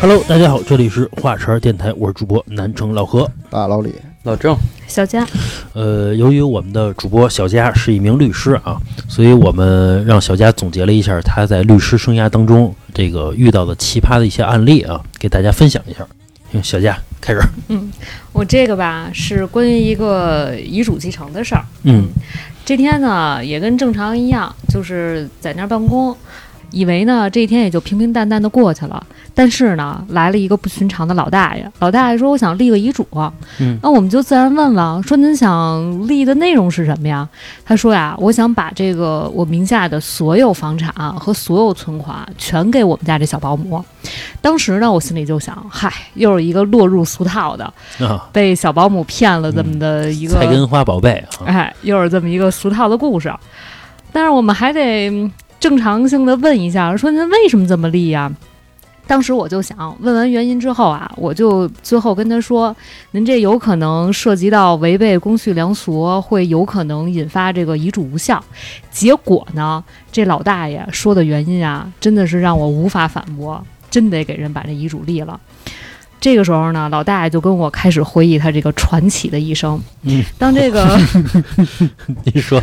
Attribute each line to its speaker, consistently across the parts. Speaker 1: Hello，大家好，这里是华晨电台，我是主播南城老何。
Speaker 2: 大老李，
Speaker 3: 老郑，
Speaker 4: 小佳，
Speaker 1: 呃，由于我们的主播小佳是一名律师啊，所以我们让小佳总结了一下他在律师生涯当中这个遇到的奇葩的一些案例啊，给大家分享一下。行，小佳开始。
Speaker 4: 我这个吧是关于一个遗嘱继承的事儿。
Speaker 1: 嗯
Speaker 4: 这天呢也跟正常一样，就是在那儿办公，以为呢这一天也就平平淡淡的过去了。但是呢，来了一个不寻常的老大爷。老大爷说：“我想立个遗嘱。”
Speaker 1: 嗯
Speaker 4: 那我们就自然问了，说：“您想立的内容是什么呀？”他说：“呀，我想把这个我名下的所有房产和所有存款全给我们家这小保姆。”当时呢，我心里就想：“嗨，又是一个落入俗套的，
Speaker 1: 啊，
Speaker 4: 被小保姆骗了这么的一个，
Speaker 1: 嗯菜根花宝贝啊，
Speaker 4: 哎，又是这么一个俗套的故事。啊但是我们还得嗯正常性的问一下，说您为什么这么立呀、当时我就想，问完原因之后啊，我就最后跟他说，您这有可能涉及到违背公序良俗，会有可能引发这个遗嘱无效。结果呢，这老大爷说的原因啊，真的是让我无法反驳，真得给人把这遗嘱立了。这个时候呢，老大爷就跟我开始回忆他这个传奇的一生。
Speaker 1: 嗯，
Speaker 4: 当这个
Speaker 1: 你说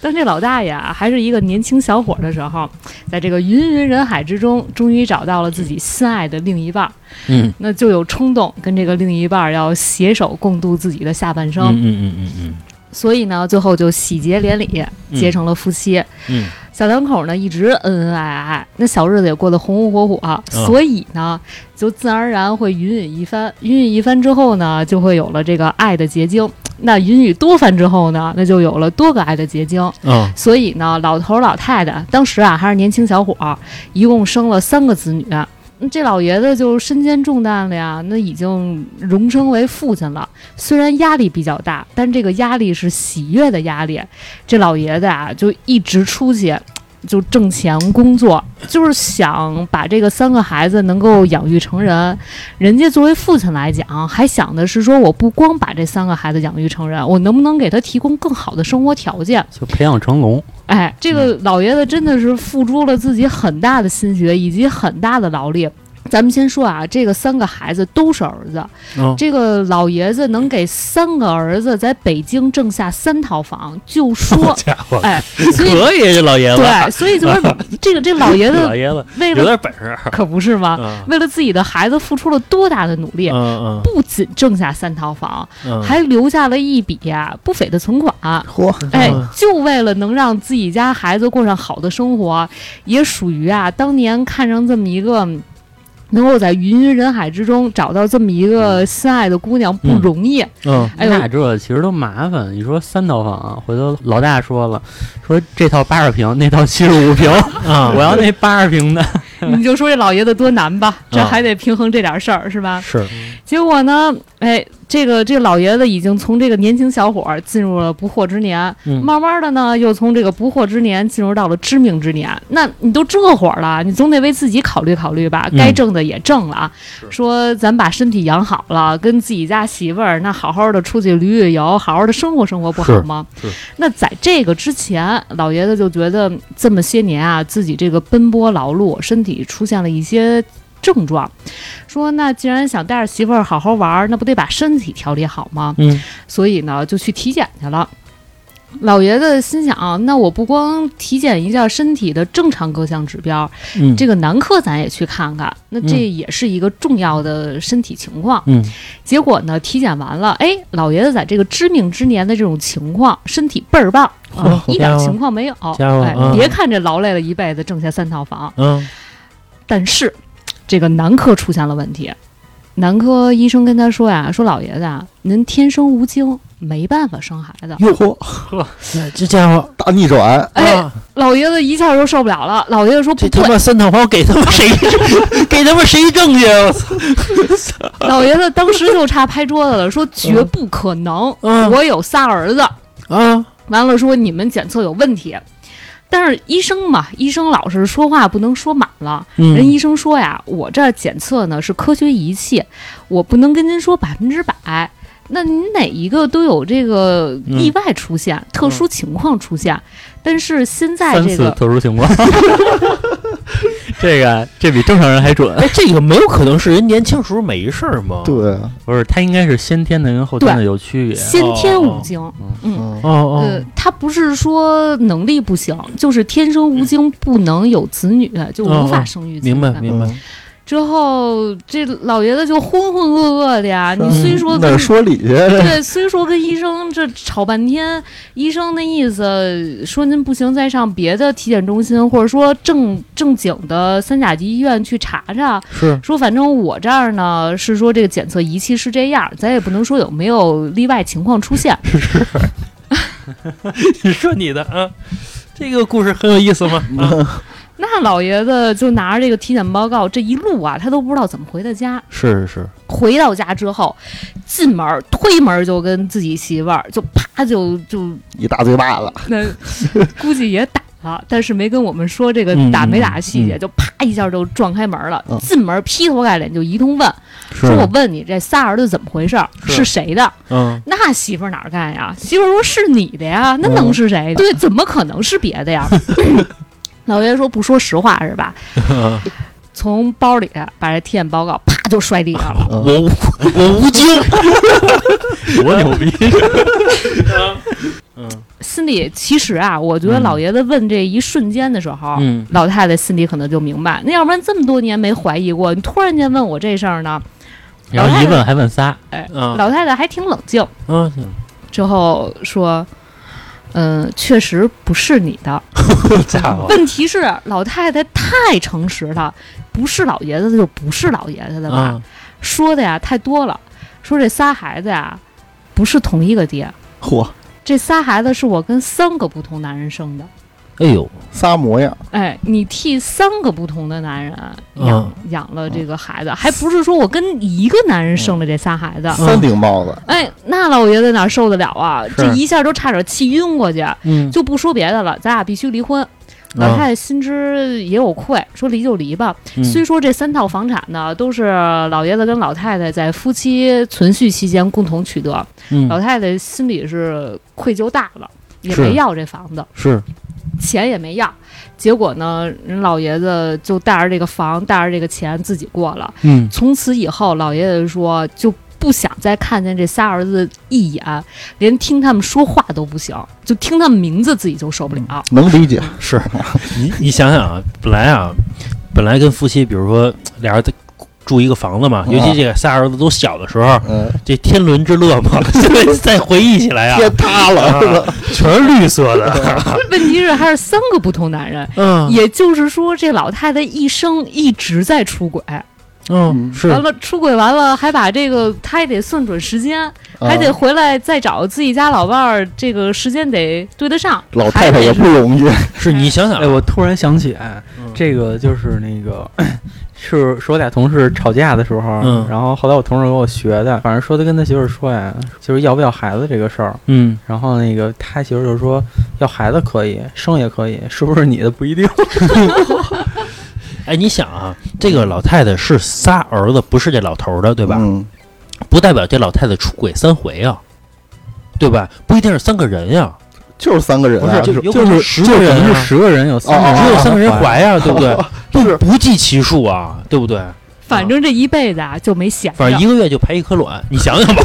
Speaker 4: 当这老大爷啊还是一个年轻小伙的时候，在这个芸芸人海之中，终于找到了自己心爱的另一半儿，
Speaker 1: 嗯。
Speaker 4: 那就有冲动跟这个另一半儿要携手共度自己的下半生。
Speaker 1: 嗯嗯嗯嗯
Speaker 4: 所以呢，最后就喜结连理，
Speaker 1: 嗯，
Speaker 4: 结成了夫妻。
Speaker 1: 嗯
Speaker 4: 小两口呢一直恩恩爱爱，那小日子也过得红红火火，啊
Speaker 1: 嗯
Speaker 4: 所以呢，就自然而然会云雨一番。云雨一番之后呢，就会有了这个爱的结晶。那云雨多番之后呢，那就有了多个爱的结晶。
Speaker 1: 嗯啊
Speaker 4: 所以呢，老头儿老太太当时啊还是年轻小伙儿，一共生了三个子女。嗯这老爷子就身兼重担了呀，那已经荣升为父亲了。虽然压力比较大，但这个压力是喜悦的压力。这老爷子啊，就一直出去。就挣钱工作，就是想把这个三个孩子能够养育成人。人家作为父亲来讲，还想的是说，我不光把这三个孩子养育成人，我能不能给他提供更好的生活条件？
Speaker 3: 就培养成龙，
Speaker 4: 哎，这
Speaker 1: 嗯
Speaker 4: 个老爷子真的是付出了自己很大的心血以及很大的劳力。咱们先说啊，这个三个孩子都是儿子，
Speaker 1: 啊
Speaker 4: 这个老爷子能给三个儿子在北京挣下三套房，就
Speaker 1: 好
Speaker 4: 说
Speaker 1: 家伙，
Speaker 4: 哎，所以
Speaker 1: 可以这老爷子，
Speaker 4: 对，所 以就是这个这老爷
Speaker 1: 老
Speaker 4: 子
Speaker 1: 爷子
Speaker 4: 为
Speaker 1: 有
Speaker 4: 了
Speaker 1: 点本事
Speaker 4: 可不是吗？
Speaker 1: 啊，
Speaker 4: 为了自己的孩子付出了多大的努力，
Speaker 1: 嗯
Speaker 4: 不仅挣下三套房，
Speaker 1: 嗯，
Speaker 4: 还留下了一笔啊不菲的存款。
Speaker 2: 嚯，
Speaker 4: 哎
Speaker 1: 嗯，
Speaker 4: 就为了能让自己家孩子过上好的生活，也属于啊，当年看上这么一个。嗯能够在芸芸人海之中找到这么一个心爱的姑娘不容易，
Speaker 1: 嗯
Speaker 4: 哎呦
Speaker 3: 那这其实都麻烦。你说三套房，回头老大说了，说这套八十平，那套七十五 平，
Speaker 1: 啊，
Speaker 3: 我要那八十平的。
Speaker 4: 你就说这老爷子多难吧？这
Speaker 1: 啊
Speaker 4: 还得平衡这点事儿是吧？
Speaker 1: 是
Speaker 4: 结果呢，哎，这个这老爷子已经从这个年轻小伙儿进入了不惑之年，
Speaker 1: 嗯
Speaker 4: 慢慢的呢，又从这个不惑之年进入到了知命之年。那你都这会儿了，你总得为自己考虑考虑吧，
Speaker 1: 嗯
Speaker 4: 该挣的也挣了啊。
Speaker 1: 是
Speaker 4: 说咱把身体养好了，跟自己家媳妇儿那好好的出去旅旅游，好好的生活生活不好吗？
Speaker 1: 是是
Speaker 4: 那在这个之前，老爷子就觉得这么些年啊，自己这个奔波劳碌，身体出现了一些症状。说那既然想带着媳妇儿好好玩儿，那不得把身体调理好吗？
Speaker 1: 嗯
Speaker 4: 所以呢，就去体检去了。老爷子心想，那我不光体检一下身体的正常各项指标，
Speaker 1: 嗯
Speaker 4: 这个男科咱也去看看，那这也是一个重要的身体情况。
Speaker 1: 嗯
Speaker 4: 结果呢，体检完了，哎，老爷子在这个知命之年的这种情况，身体倍儿棒，啊
Speaker 1: 嚯
Speaker 4: 一点情况没有。
Speaker 1: 哦家伙
Speaker 4: 哎
Speaker 1: 嗯，
Speaker 4: 别看这劳累了一辈子，挣下三套房，
Speaker 1: 嗯
Speaker 4: 但是这个男科出现了问题，男科医生跟他说呀：“说老爷子啊，您天生无精，没办法生孩子。”
Speaker 2: 哟嚯，
Speaker 1: 哎这家伙，
Speaker 2: 大逆转，
Speaker 4: 哎，
Speaker 1: 啊
Speaker 4: 老爷子一下就受不了了。老爷子说：“
Speaker 1: 这
Speaker 4: 不
Speaker 1: 他
Speaker 4: 对。
Speaker 1: 妈三套房给他妈谁给他妈谁证据啊？我操！”
Speaker 4: 老爷子当时就差拍桌子了，说：“绝不可能！
Speaker 1: 嗯
Speaker 4: 我有仨儿子。
Speaker 1: 啊，”
Speaker 4: 完了说：“你们检测有问题。”但是医生嘛，医生老是说话不能说满了。
Speaker 1: 嗯
Speaker 4: 人医生说呀，我这儿检测呢是科学仪器，我不能跟您说百分之百。那您哪一个都有这个
Speaker 1: 嗯
Speaker 4: 意外出现、特殊情况出现，但是现在
Speaker 3: 三
Speaker 4: 这
Speaker 3: 次
Speaker 4: 个
Speaker 3: 特殊情况， 这个这比正常人还准。
Speaker 1: 哎，这个没有可能是人年轻时候没事儿吗？，
Speaker 2: 对，
Speaker 3: 不是，他应该是先天的跟后天的有区别。
Speaker 4: 先天无精，
Speaker 2: 嗯，
Speaker 1: 哦哦
Speaker 4: 呃，，他不是说能力不行，就是天生无精，不能有子女，就无
Speaker 1: 哦
Speaker 4: 法
Speaker 1: 哦
Speaker 4: 生育子女。
Speaker 1: 明白明白。
Speaker 4: 之后这老爷子就浑浑噩噩的呀，
Speaker 1: 啊
Speaker 4: 你虽说
Speaker 2: 哪
Speaker 4: 跟
Speaker 2: 儿嗯说理去？
Speaker 4: 对，虽说跟医生这吵半天，医生那意思说您不行，再上别的体检中心，或者说正正经的三甲级医院去查查。
Speaker 1: 是
Speaker 4: 说反正我这儿呢是说这个检测仪器是这样，咱也不能说有没有例外情况出现。
Speaker 1: 你 说你的啊，这个故事很有意思吗？啊
Speaker 4: 那老爷子就拿着这个体检报告，这一路啊，他都不知道怎么回的家。
Speaker 1: 是是是，
Speaker 4: 回到家之后，进门儿推门儿就跟自己媳妇儿就啪就就
Speaker 2: 一大嘴巴子，
Speaker 4: 那估计也打了，但是没跟我们说这个
Speaker 1: 嗯
Speaker 4: 打没
Speaker 1: 嗯
Speaker 4: 打细节，就啪一下就撞开门了，
Speaker 2: 嗯
Speaker 4: 进门劈头盖脸就一通问，
Speaker 1: 是
Speaker 4: 说我问你这仨儿子怎么回事儿，
Speaker 1: 是
Speaker 4: 是谁的？
Speaker 1: 嗯，
Speaker 4: 那媳妇儿哪儿干呀？媳妇儿说是你的呀，那能是谁的？对，怎么可能是别的 呀？老爷说不说实话是吧？从包里把这体检报告啪就摔地上了。
Speaker 2: 嗯
Speaker 1: 我无我无精，
Speaker 3: 多牛逼！
Speaker 4: 心里其实啊，我觉得老爷子问这一瞬间的时候，
Speaker 1: 嗯
Speaker 4: 老太太心里可能就明白，那要不然这么多年没怀疑过，你突然间问我这事儿呢，
Speaker 3: 然后一问还问仨，
Speaker 1: 啊
Speaker 4: 老太太还挺冷静，
Speaker 1: 啊，
Speaker 4: 嗯之后说。嗯，确实不是你的。
Speaker 1: 好家伙
Speaker 4: 问题是老太太太诚实了，不是老爷子的就不是老爷子的吧？
Speaker 1: 啊，
Speaker 4: 说的呀太多了，说这仨孩子呀不是同一个爹，
Speaker 2: 嚯，
Speaker 4: 这仨孩子是我跟三个不同男人生的。
Speaker 1: 哎呦，
Speaker 2: 仨模样，
Speaker 4: 哎，你替三个不同的男人
Speaker 1: 嗯
Speaker 4: 养、养了这个孩子，还不是说我跟一个男人生了这仨孩子？
Speaker 2: 三顶帽子，
Speaker 4: 哎，那老爷子哪受得了啊？
Speaker 1: 嗯是
Speaker 4: 这一下都差点气晕过去。
Speaker 1: 嗯，
Speaker 4: 就不说别的了，咱俩必须离婚。老太太心知也有愧，说离就离吧。
Speaker 1: 嗯
Speaker 4: 虽说这三套房产呢都是老爷子跟老太太在夫妻存续期间共同取得，
Speaker 1: 嗯
Speaker 4: 老太太心里是愧疚大了，也
Speaker 1: 是
Speaker 4: 没要这房子。
Speaker 1: 是
Speaker 4: 钱也没要，结果呢，人老爷子就带着这个房，带着这个钱自己过了。
Speaker 1: 嗯
Speaker 4: 从此以后，老爷子说就不想再看见这仨儿子一眼，连听他们说话都不行，就听他们名字自己就受不
Speaker 1: 嗯
Speaker 4: 了。
Speaker 2: 能理解，
Speaker 1: 是，你你想想啊，本来啊，本来跟夫妻，比如说俩人在住一个房子嘛，
Speaker 2: 嗯
Speaker 1: 尤其这个仨儿子都小的时候，
Speaker 2: 嗯，
Speaker 1: 这天伦之乐嘛， 现在再回忆起来啊，
Speaker 2: 天塌了是吧？
Speaker 1: 全是绿色的，
Speaker 4: 问题是还是三个不同男人，
Speaker 1: 嗯
Speaker 4: 也就是说，这老太太一生一直在出轨，
Speaker 1: 嗯是
Speaker 4: 完了出轨完了还把这个她也得算准时间， 还得
Speaker 2: 啊
Speaker 4: 回来再找自己家老伴儿，这个时间得对得上。
Speaker 2: 老太太也不容易，
Speaker 1: 是，你想想
Speaker 3: 哎，
Speaker 1: 啊，
Speaker 3: 我突然想起，哎
Speaker 1: 嗯
Speaker 3: 这个就是那个，是是我俩同事吵架的时候，
Speaker 1: 嗯
Speaker 3: 然后后来我同事给我学的，反正说他跟他媳妇儿说呀，就是要不要孩子这个事儿，
Speaker 1: 嗯，
Speaker 3: 然后那个他媳妇儿就说要孩子可以，生也可以，是不是你的不一定？
Speaker 1: 哎，你想啊，这个老太太是仨儿子，不是这老头儿的，对
Speaker 2: 对
Speaker 1: 吧？
Speaker 2: 嗯，
Speaker 1: 不代表这老太太出轨三回啊，对吧？不一定是三个人呀、
Speaker 2: 就是三个人
Speaker 1: 不
Speaker 2: 啊，
Speaker 1: 是就有可
Speaker 3: 就
Speaker 1: 能
Speaker 3: 是
Speaker 1: 十
Speaker 3: 就
Speaker 1: 个人
Speaker 3: 是
Speaker 1: 啊
Speaker 3: 十个人有三个
Speaker 2: 哦
Speaker 3: 人
Speaker 2: 哦
Speaker 1: 只有
Speaker 2: 哦
Speaker 1: 三个人怀啊呀、对不 对？
Speaker 2: 是
Speaker 1: 不不计其数啊，对不对？
Speaker 4: 反正这一辈子啊就没闲着，
Speaker 1: 反正一个月就排一颗卵，你想想吧。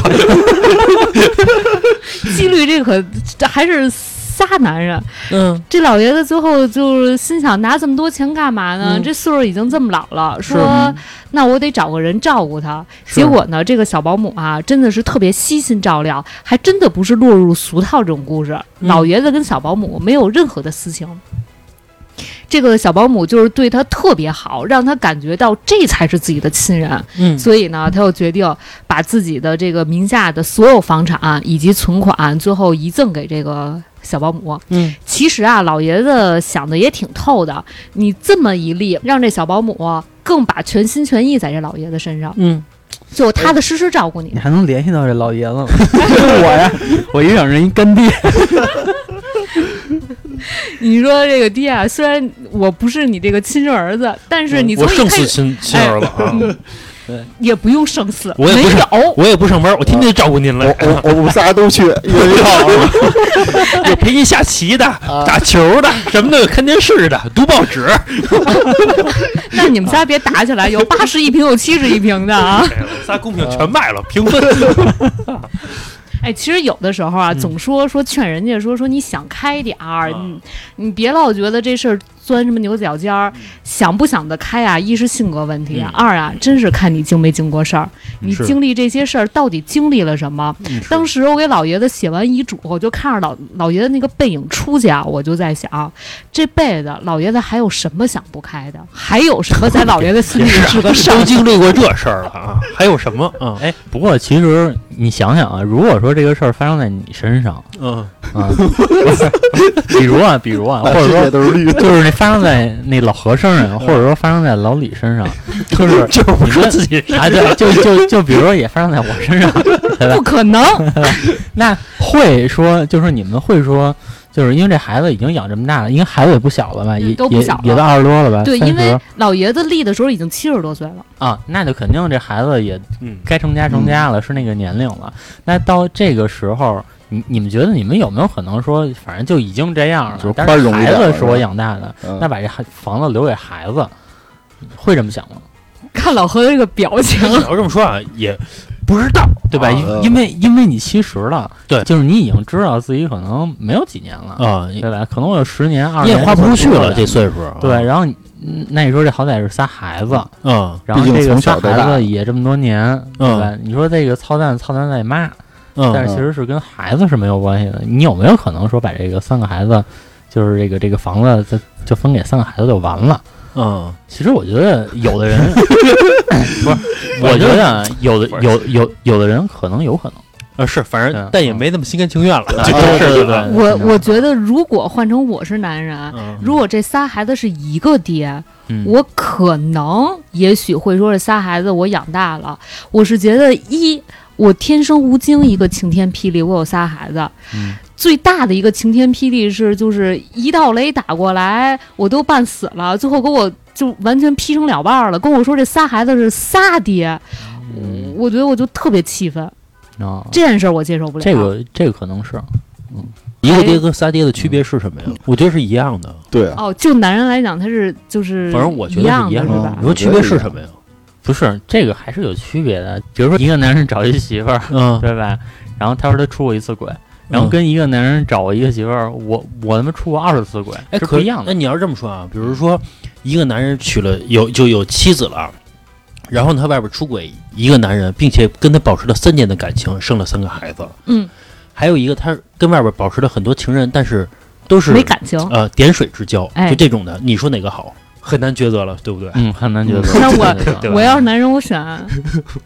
Speaker 4: 几率这可这还是仨男人。
Speaker 1: 嗯，
Speaker 4: 这老爷子最后就是心想，拿这么多钱干嘛呢？
Speaker 1: 嗯
Speaker 4: 这岁数已经这么老了，说
Speaker 2: 嗯
Speaker 4: 那我得找个人照顾他。
Speaker 2: 是
Speaker 4: 结果呢，这个小保姆啊，真的是特别悉心照料，还真的不是落入俗套这种故事。
Speaker 1: 嗯
Speaker 4: 老爷子跟小保姆没有任何的私情。这个小保姆就是对他特别好，让他感觉到这才是自己的亲人。
Speaker 1: 嗯
Speaker 4: 所以呢，他又决定把自己的这个名下的所有房产啊以及存款，最后遗赠给这个小保姆。
Speaker 1: 嗯，
Speaker 4: 其实啊，老爷子想的也挺透的。你这么一立，让这小保姆啊更把全心全意在这老爷子身上，
Speaker 1: 嗯，
Speaker 4: 就踏踏实实照顾你
Speaker 3: 你。还能联系到这老爷子吗？
Speaker 2: 就是我呀，
Speaker 3: 我一想人一干爹，
Speaker 4: 你说这个爹啊，虽然我不是你这个亲生儿子，但是你从
Speaker 1: 嗯我
Speaker 4: 一
Speaker 1: 胜
Speaker 4: 开
Speaker 1: 似
Speaker 4: 始。
Speaker 1: 亲亲儿子啊。
Speaker 2: 对，
Speaker 4: 也不用生死，
Speaker 1: 我也
Speaker 4: 没
Speaker 1: 不是
Speaker 4: 有。
Speaker 1: 我也不上班，我天天照顾您
Speaker 2: 我
Speaker 1: 了，
Speaker 2: 我我们仨 都去，因为
Speaker 1: 啊有陪您下棋的、
Speaker 4: 啊
Speaker 1: 打球的，什么都有，看电视的、读报纸。
Speaker 4: 那你们仨别打起来，有八十一平，有七十一平的啊。
Speaker 1: 哎我仨公屏全卖了，平 分。
Speaker 4: 哎，其实有的时候啊，总说说劝人家说说你想开点儿，
Speaker 1: 嗯
Speaker 4: 你你别老觉得这事儿钻什么牛角尖儿，想不想得开啊？一是性格问题，
Speaker 1: 嗯
Speaker 4: 二啊，真是看你经没经过事儿，你
Speaker 1: 是嗯
Speaker 4: 经历这些事儿到底经历了什么？当时我给老爷子写完遗嘱，我就看着老老爷子那个背影出去啊，我就在想，这辈子老爷子还有什么想不开的？还有什么在老爷子心里是个事 儿
Speaker 1: 都？经历过这事儿了啊，还有什么啊？
Speaker 3: 哎，不过其实你想想啊，如果说这个事儿发生在你身上
Speaker 1: 嗯，
Speaker 3: 啊，比如啊，比如 啊，或者
Speaker 2: 这些
Speaker 3: 说
Speaker 2: 都是
Speaker 4: 哦
Speaker 2: 绿，
Speaker 3: 就是那发生在那老何身上，或者说发生在老李 身上，就是
Speaker 1: 就是我说自己
Speaker 3: 啊，对，就就就比如说也发生在我身 上，对吧
Speaker 4: 不？可能，
Speaker 3: 那会说，就是你们会说，就是因为这孩子已经养这么大了，因为孩子也不小了吧，也也也
Speaker 4: 嗯都不小了
Speaker 3: 都二十多了吧，
Speaker 4: 对，
Speaker 3: 三
Speaker 4: 因为
Speaker 3: 十
Speaker 4: 老爷子立的时候已经七十多岁了。
Speaker 3: 啊，那就肯定这孩子也
Speaker 1: 嗯
Speaker 3: 该成家成家了，
Speaker 4: 嗯
Speaker 3: 是那个年龄了。那到这个时候，你你们觉得你们有没有可能说，反正就已经这样
Speaker 2: 就是
Speaker 3: 了，但
Speaker 2: 宽
Speaker 3: 是
Speaker 2: 容一
Speaker 3: 孩
Speaker 2: 点
Speaker 3: 子
Speaker 2: 了
Speaker 3: 是我养大的，
Speaker 2: 嗯
Speaker 3: 那把这孩房子留给孩子，会这么想吗？
Speaker 4: 看老何的这个表情，
Speaker 1: 你要这么说啊，也不知道，
Speaker 3: 对吧？
Speaker 1: 啊
Speaker 3: 因因为因为你七十了，
Speaker 1: 对
Speaker 3: 就是你已经知道自己可能没有几年了，
Speaker 1: 啊，你
Speaker 3: 对吧？可能我有十年、二
Speaker 1: 你
Speaker 3: 十
Speaker 1: 也
Speaker 3: 年
Speaker 1: 花不出
Speaker 3: 就
Speaker 1: 去
Speaker 3: 够
Speaker 1: 了，这岁数。啊
Speaker 3: 对，，然后你嗯那你说这好歹是仨孩子，
Speaker 1: 嗯
Speaker 3: 然后
Speaker 2: 毕竟
Speaker 3: 这个
Speaker 2: 从
Speaker 3: 仨
Speaker 2: 小到
Speaker 3: 孩
Speaker 2: 大
Speaker 3: 子也这么多年，对吧？你说这个操蛋操蛋在妈，但
Speaker 1: 嗯，
Speaker 3: 是其实是跟孩子是没有关系的。你有没有可能说把这个三个孩子，就是这个这个房子就就分给三个孩子就完了？
Speaker 1: 嗯，
Speaker 3: 其实我觉得有 的人，不是，我觉得啊有的有有有的人可能有可能，
Speaker 1: 啊是，反
Speaker 3: 嗯
Speaker 1: 正但也没那么心甘情愿了，啊这这
Speaker 2: 对
Speaker 1: 事儿
Speaker 2: 对
Speaker 1: 就
Speaker 2: 对
Speaker 1: 得
Speaker 4: 我
Speaker 3: 真的
Speaker 4: 我觉得如果换成我是男人，
Speaker 1: 嗯
Speaker 4: 如果这仨孩子是一个爹，
Speaker 3: 嗯
Speaker 4: 我可能也许会说这仨孩子我养大了。我是觉得一，我天生无经一个晴天霹雳，我有仨孩子。
Speaker 3: 嗯
Speaker 4: 最大的一个晴天霹雳是，就是一道雷打过来，我都半死了，最后给我就完全劈成两半儿了。跟我说这仨孩子是仨爹，
Speaker 3: 嗯
Speaker 4: 我觉得我就特别气愤，
Speaker 3: 啊，
Speaker 4: 这件事儿我接受不了。
Speaker 3: 这个这个可能是
Speaker 1: 一个爹跟仨爹的区别是什
Speaker 4: 嗯
Speaker 1: 么呀？我觉得是一样的，
Speaker 2: 对啊，
Speaker 4: 哦，就男人来讲，他是就是
Speaker 1: 反正我觉得
Speaker 4: 一
Speaker 1: 是
Speaker 4: 样
Speaker 1: 一
Speaker 4: 的
Speaker 1: 样
Speaker 4: 是
Speaker 1: 的嗯
Speaker 4: 吧
Speaker 1: 你？说区别是什么呀？
Speaker 3: 不是这个还是有区别的。比如说一个男人找一媳妇儿，
Speaker 1: 嗯，
Speaker 3: 对吧？然后他说他出过一次轨，然后跟一个男人找过一个媳妇儿，我我他妈出过二十次轨，
Speaker 1: 哎，
Speaker 3: 是
Speaker 1: 可
Speaker 3: 不
Speaker 1: 以
Speaker 3: 一样
Speaker 1: 那
Speaker 3: 的。
Speaker 1: 你要这么说啊，比如说一个男人娶了有就有妻子了，然后呢他外边出轨一个男人，并且跟他保持了三年的感情，生了三个孩子。
Speaker 4: 嗯，
Speaker 1: 还有一个他跟外边保持了很多情人，但是都是
Speaker 4: 没感情。
Speaker 1: 呃点水之交，
Speaker 4: 哎
Speaker 1: 就这种的，你说哪个好？很难抉择了，对不对？
Speaker 3: 嗯，很难觉得。
Speaker 4: 那我
Speaker 3: 对对对
Speaker 4: 我要是男人，我选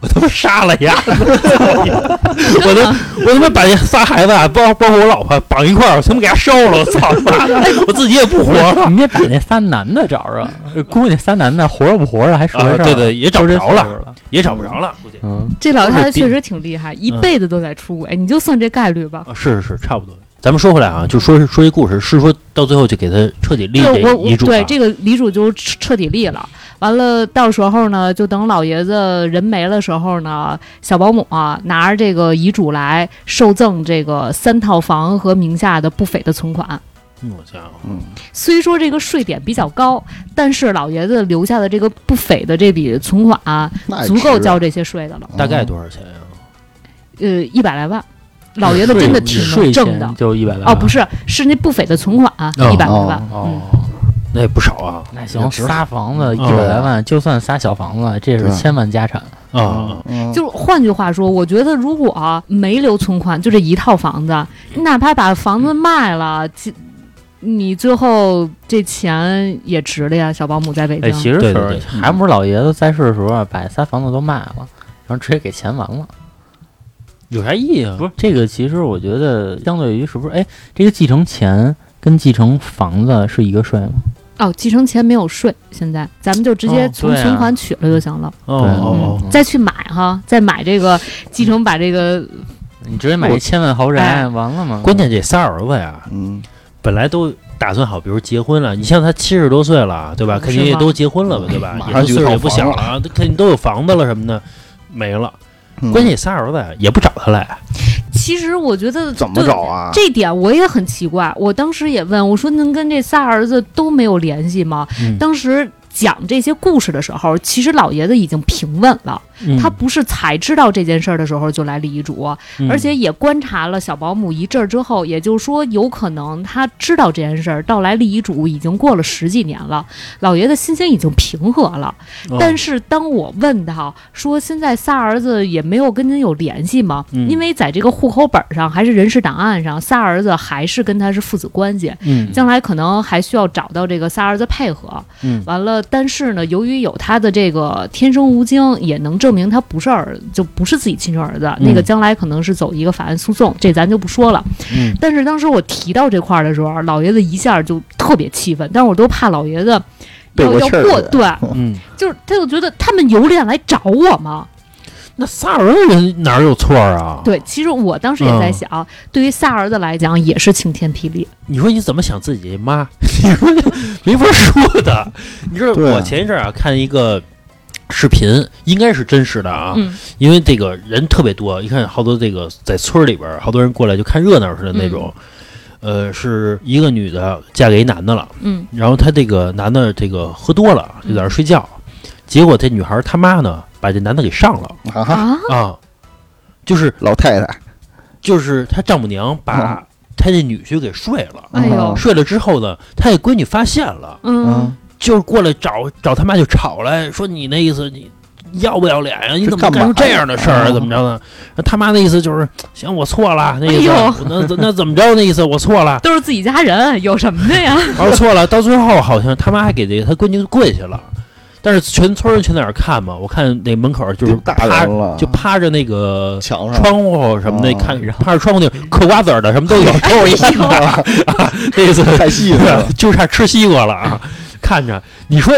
Speaker 1: 我他妈杀了呀！ 我 都我他妈把这仨孩子啊，包包括我老婆绑一块儿，我他妈给他烧了！我操妈的！我自己也不活了。
Speaker 3: 你得把那仨男的找着， 估计仨男的活着不活着还是回
Speaker 1: 啊
Speaker 3: 事儿、
Speaker 1: 对对也找
Speaker 3: 都这
Speaker 1: 不着
Speaker 3: 岁
Speaker 1: 了
Speaker 3: 数了。
Speaker 1: 也找不着了，估计
Speaker 3: 嗯，
Speaker 4: 这老
Speaker 1: 不
Speaker 4: 太太
Speaker 1: 是第
Speaker 4: 确实挺厉害，一
Speaker 1: 嗯
Speaker 4: 辈子都在出轨，哎你就算这概率吧。
Speaker 1: 啊，是是是，差不多。咱们说回来啊，就说说这故事，是说到最后就给他彻底立
Speaker 4: 这
Speaker 1: 这
Speaker 4: 我我
Speaker 1: 遗嘱啊
Speaker 4: 对这个遗嘱就彻彻底立了。完了，到时候呢，就等老爷子人没了时候呢，小保姆啊，拿着这个遗嘱来受赠这个三套房和名下的不菲的存款。
Speaker 1: 嗯我家伙，
Speaker 2: 嗯，
Speaker 4: 虽说这个税点比较高，但是老爷子留下的这个不菲的这笔存款啊、
Speaker 2: 那也
Speaker 4: 足够
Speaker 2: 值
Speaker 4: 交这些税的了。
Speaker 2: 嗯
Speaker 1: 大概多少钱呀？
Speaker 4: 呃，一百来万，
Speaker 1: 嗯
Speaker 4: 老爷子真的挺
Speaker 3: 税税
Speaker 4: 能挣的
Speaker 3: 前。就一百来
Speaker 4: 哦，不是，是那不菲的存款啊
Speaker 1: 哦，
Speaker 4: 一百来万。
Speaker 3: 哦。
Speaker 1: 那也不少啊
Speaker 3: 那
Speaker 2: 也
Speaker 3: 行，
Speaker 2: 值
Speaker 3: 仨房子一
Speaker 1: 嗯
Speaker 3: 百来万，就算仨小房子，这是
Speaker 2: 对
Speaker 3: 千万家产。
Speaker 1: 啊！
Speaker 2: 嗯
Speaker 4: 就是换句话说，我觉得如果啊没留存款，就这一套房子，你哪怕把房子卖了，其你最后这钱也值了呀。小保姆在北
Speaker 3: 哎，
Speaker 4: 京，
Speaker 3: 其实
Speaker 1: 对
Speaker 3: 是
Speaker 1: 对对
Speaker 3: 还不是老爷子在世的时候啊把仨房子都卖了，然后直接给钱完了。
Speaker 1: 有啥意义啊？
Speaker 3: 不是这个，其实我觉得相对于是不是哎，这个继承钱跟继承房子是一个税吗？
Speaker 4: 哦，继承前没有税，现在咱们就直接
Speaker 3: 哦
Speaker 4: 从
Speaker 3: 对啊
Speaker 4: 存款取了就行了。
Speaker 1: 哦
Speaker 3: 对
Speaker 1: 哦
Speaker 4: 嗯，再去买哈，再买这个继承，把这个
Speaker 3: 你直接买一千万豪宅
Speaker 4: 哎
Speaker 3: 完了吗
Speaker 1: 哦！？关键这仨儿子呀，
Speaker 2: 嗯，
Speaker 1: 本来都打算好，比如结婚了，你像他七十多岁了，对吧？
Speaker 4: 嗯
Speaker 1: 肯定
Speaker 4: 是
Speaker 1: 也
Speaker 4: 吗
Speaker 1: 都结婚了吧，对吧？
Speaker 2: 马
Speaker 1: 也
Speaker 2: 上
Speaker 1: 都
Speaker 2: 就有
Speaker 1: 岁数也不
Speaker 2: 套
Speaker 1: 小
Speaker 2: 房
Speaker 1: 了，他肯定都有房子了什么的，没了。
Speaker 2: 嗯
Speaker 1: 关键也仨儿子也不找他来，
Speaker 4: 其实我觉得
Speaker 2: 怎么
Speaker 4: 对
Speaker 2: 找啊？
Speaker 4: 这点我也很奇怪，我当时也问我说：“能跟这仨儿子都没有联系吗？”
Speaker 1: 嗯
Speaker 4: 当时讲这些故事的时候，其实老爷子已经平稳了，他不是才知道这件事儿的时候就来立遗嘱，
Speaker 1: 嗯
Speaker 4: 而且也观察了小保姆一阵儿之后，也就是说，有可能他知道这件事儿，到来立遗嘱已经过了十几年了，老爷子心情已经平和了。
Speaker 1: 嗯
Speaker 4: 但是当我问到说现在仨儿子也没有跟您有联系吗？
Speaker 1: 嗯
Speaker 4: 因为在这个户口本上还是人事档案上，仨儿子还是跟他是父子关系，
Speaker 1: 嗯
Speaker 4: 将来可能还需要找到这个仨儿子配合。
Speaker 1: 嗯
Speaker 4: 完了，但是呢，由于有他的这个天生无精，也能证明他不是儿，就不是自己亲生儿子。那个将来可能是走一个法院诉讼，这咱就不说了。
Speaker 1: 嗯
Speaker 4: 但是当时我提到这块儿的时候，啊老爷子一下就特别气愤，但是我都怕老爷子
Speaker 2: 背
Speaker 4: 要
Speaker 2: 过
Speaker 4: 要
Speaker 2: 气儿
Speaker 4: 过，
Speaker 2: 去
Speaker 4: 对，
Speaker 1: 嗯，
Speaker 4: 就是他就觉得他们有脸来找我吗？
Speaker 1: 那仨儿子哪儿有错儿啊？，
Speaker 4: 对，其实我当时也
Speaker 3: 嗯
Speaker 4: 在想，对于仨儿子来讲也是晴天霹雳。
Speaker 1: 你说你怎么想自己妈？ 你说没法说的。你知道
Speaker 2: 对啊
Speaker 1: 我前一阵儿啊看一个视频，应该是真实的啊，
Speaker 4: 嗯
Speaker 1: 因为这个人特别多，一看好多这个在村儿里边儿，好多人过来就看热闹似的那种。呃，是一个女的嫁给一男的了，
Speaker 4: 嗯
Speaker 1: 然后她这个男的这个喝多了就在那儿睡觉，结果这女孩儿他妈呢把这男的给上了
Speaker 2: 啊，
Speaker 4: 啊，
Speaker 1: 啊，就是
Speaker 2: 老太太，
Speaker 1: 就是她丈母娘把她这女婿给睡了，
Speaker 4: 哎呦
Speaker 2: 嗯，
Speaker 1: 睡了之后呢，她这闺女发现了，
Speaker 2: 啊
Speaker 3: 啊
Speaker 4: 嗯，
Speaker 1: 就是过来找找他妈就吵来说你那意思你要不要脸呀？你怎么
Speaker 2: 这干嘛
Speaker 1: 干出这样的事儿啊？
Speaker 2: 呀
Speaker 1: 怎么着呢？他妈那意思就是行，我错了，那意思、
Speaker 4: 哎呦
Speaker 1: 那那怎么着？那意思我错 了，
Speaker 4: 都是自己家人，有什么的呀？
Speaker 1: 我错了。到最后好像他妈还给这他闺女跪下了，但是全村人全在那儿看嘛。我看那门口就是
Speaker 2: 就啊大
Speaker 1: 趴
Speaker 2: 人了，
Speaker 1: 就趴着那个
Speaker 2: 墙上
Speaker 1: 窗户什么的
Speaker 2: 哦
Speaker 1: 看，趴着窗户那儿嗑瓜子儿的什么都有，
Speaker 4: 哎
Speaker 1: 都有一看的 啊，那意思
Speaker 2: 太细了，
Speaker 1: 就差吃西瓜了 啊！看着你说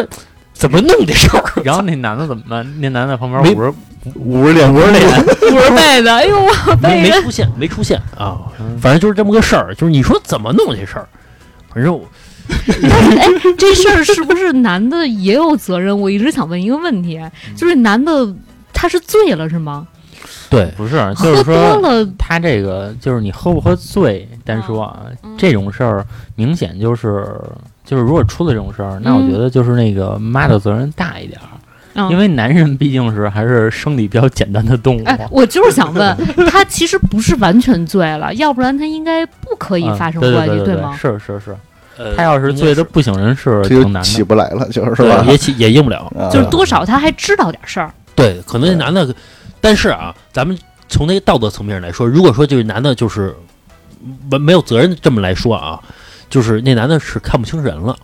Speaker 1: 怎么弄这事儿？
Speaker 3: 然后那男的怎么办？那男的在旁边
Speaker 1: 没
Speaker 3: 捂着
Speaker 2: 捂着脸，捂着脸，
Speaker 4: 五十倍的，哎呦，我
Speaker 1: 没
Speaker 4: 被
Speaker 1: 没
Speaker 4: 人
Speaker 1: 出现，没出现啊！
Speaker 3: 嗯
Speaker 1: 反正就是这么个事儿，就是你说怎么弄这事儿？反正我
Speaker 4: 哎，这事儿是不是男的也有责任？我一直想问一个问题，
Speaker 3: 嗯
Speaker 4: 就是男的他是醉了是吗？
Speaker 1: 对，
Speaker 3: 不是，就
Speaker 4: 喝
Speaker 3: 是
Speaker 4: 多
Speaker 3: 说
Speaker 4: 了，
Speaker 3: 他这个就是你喝不喝醉单说啊，
Speaker 4: 嗯
Speaker 3: 这种事儿明显就是就是如果出了这种事儿，那我
Speaker 4: 嗯
Speaker 3: 觉得就是那个妈的责任大一点儿，
Speaker 4: 嗯
Speaker 3: 因为男人毕竟是还是生理比较简单的动物。
Speaker 4: 哎，我就是想问，他其实不是完全醉了，要不然他应该不可以
Speaker 3: 嗯
Speaker 4: 发生
Speaker 3: 对
Speaker 4: 关系，
Speaker 3: 对对
Speaker 4: 吗？
Speaker 3: 是是是，
Speaker 1: 呃
Speaker 3: 他要是醉的
Speaker 1: 应
Speaker 3: 不省人事，
Speaker 2: 这
Speaker 3: 挺
Speaker 2: 就
Speaker 3: 难
Speaker 2: 起
Speaker 3: 的。
Speaker 2: 不来了，就是
Speaker 1: 该是
Speaker 2: 是吧
Speaker 1: 呃对？也起也硬不了。
Speaker 2: 啊
Speaker 4: 就是多少他还知道点事儿，
Speaker 1: 对，可能那男的，嗯但是啊，咱们从那个道德层面来说，如果说这个男的就是没没有责任这么来说啊，就是那男的是看不清人了，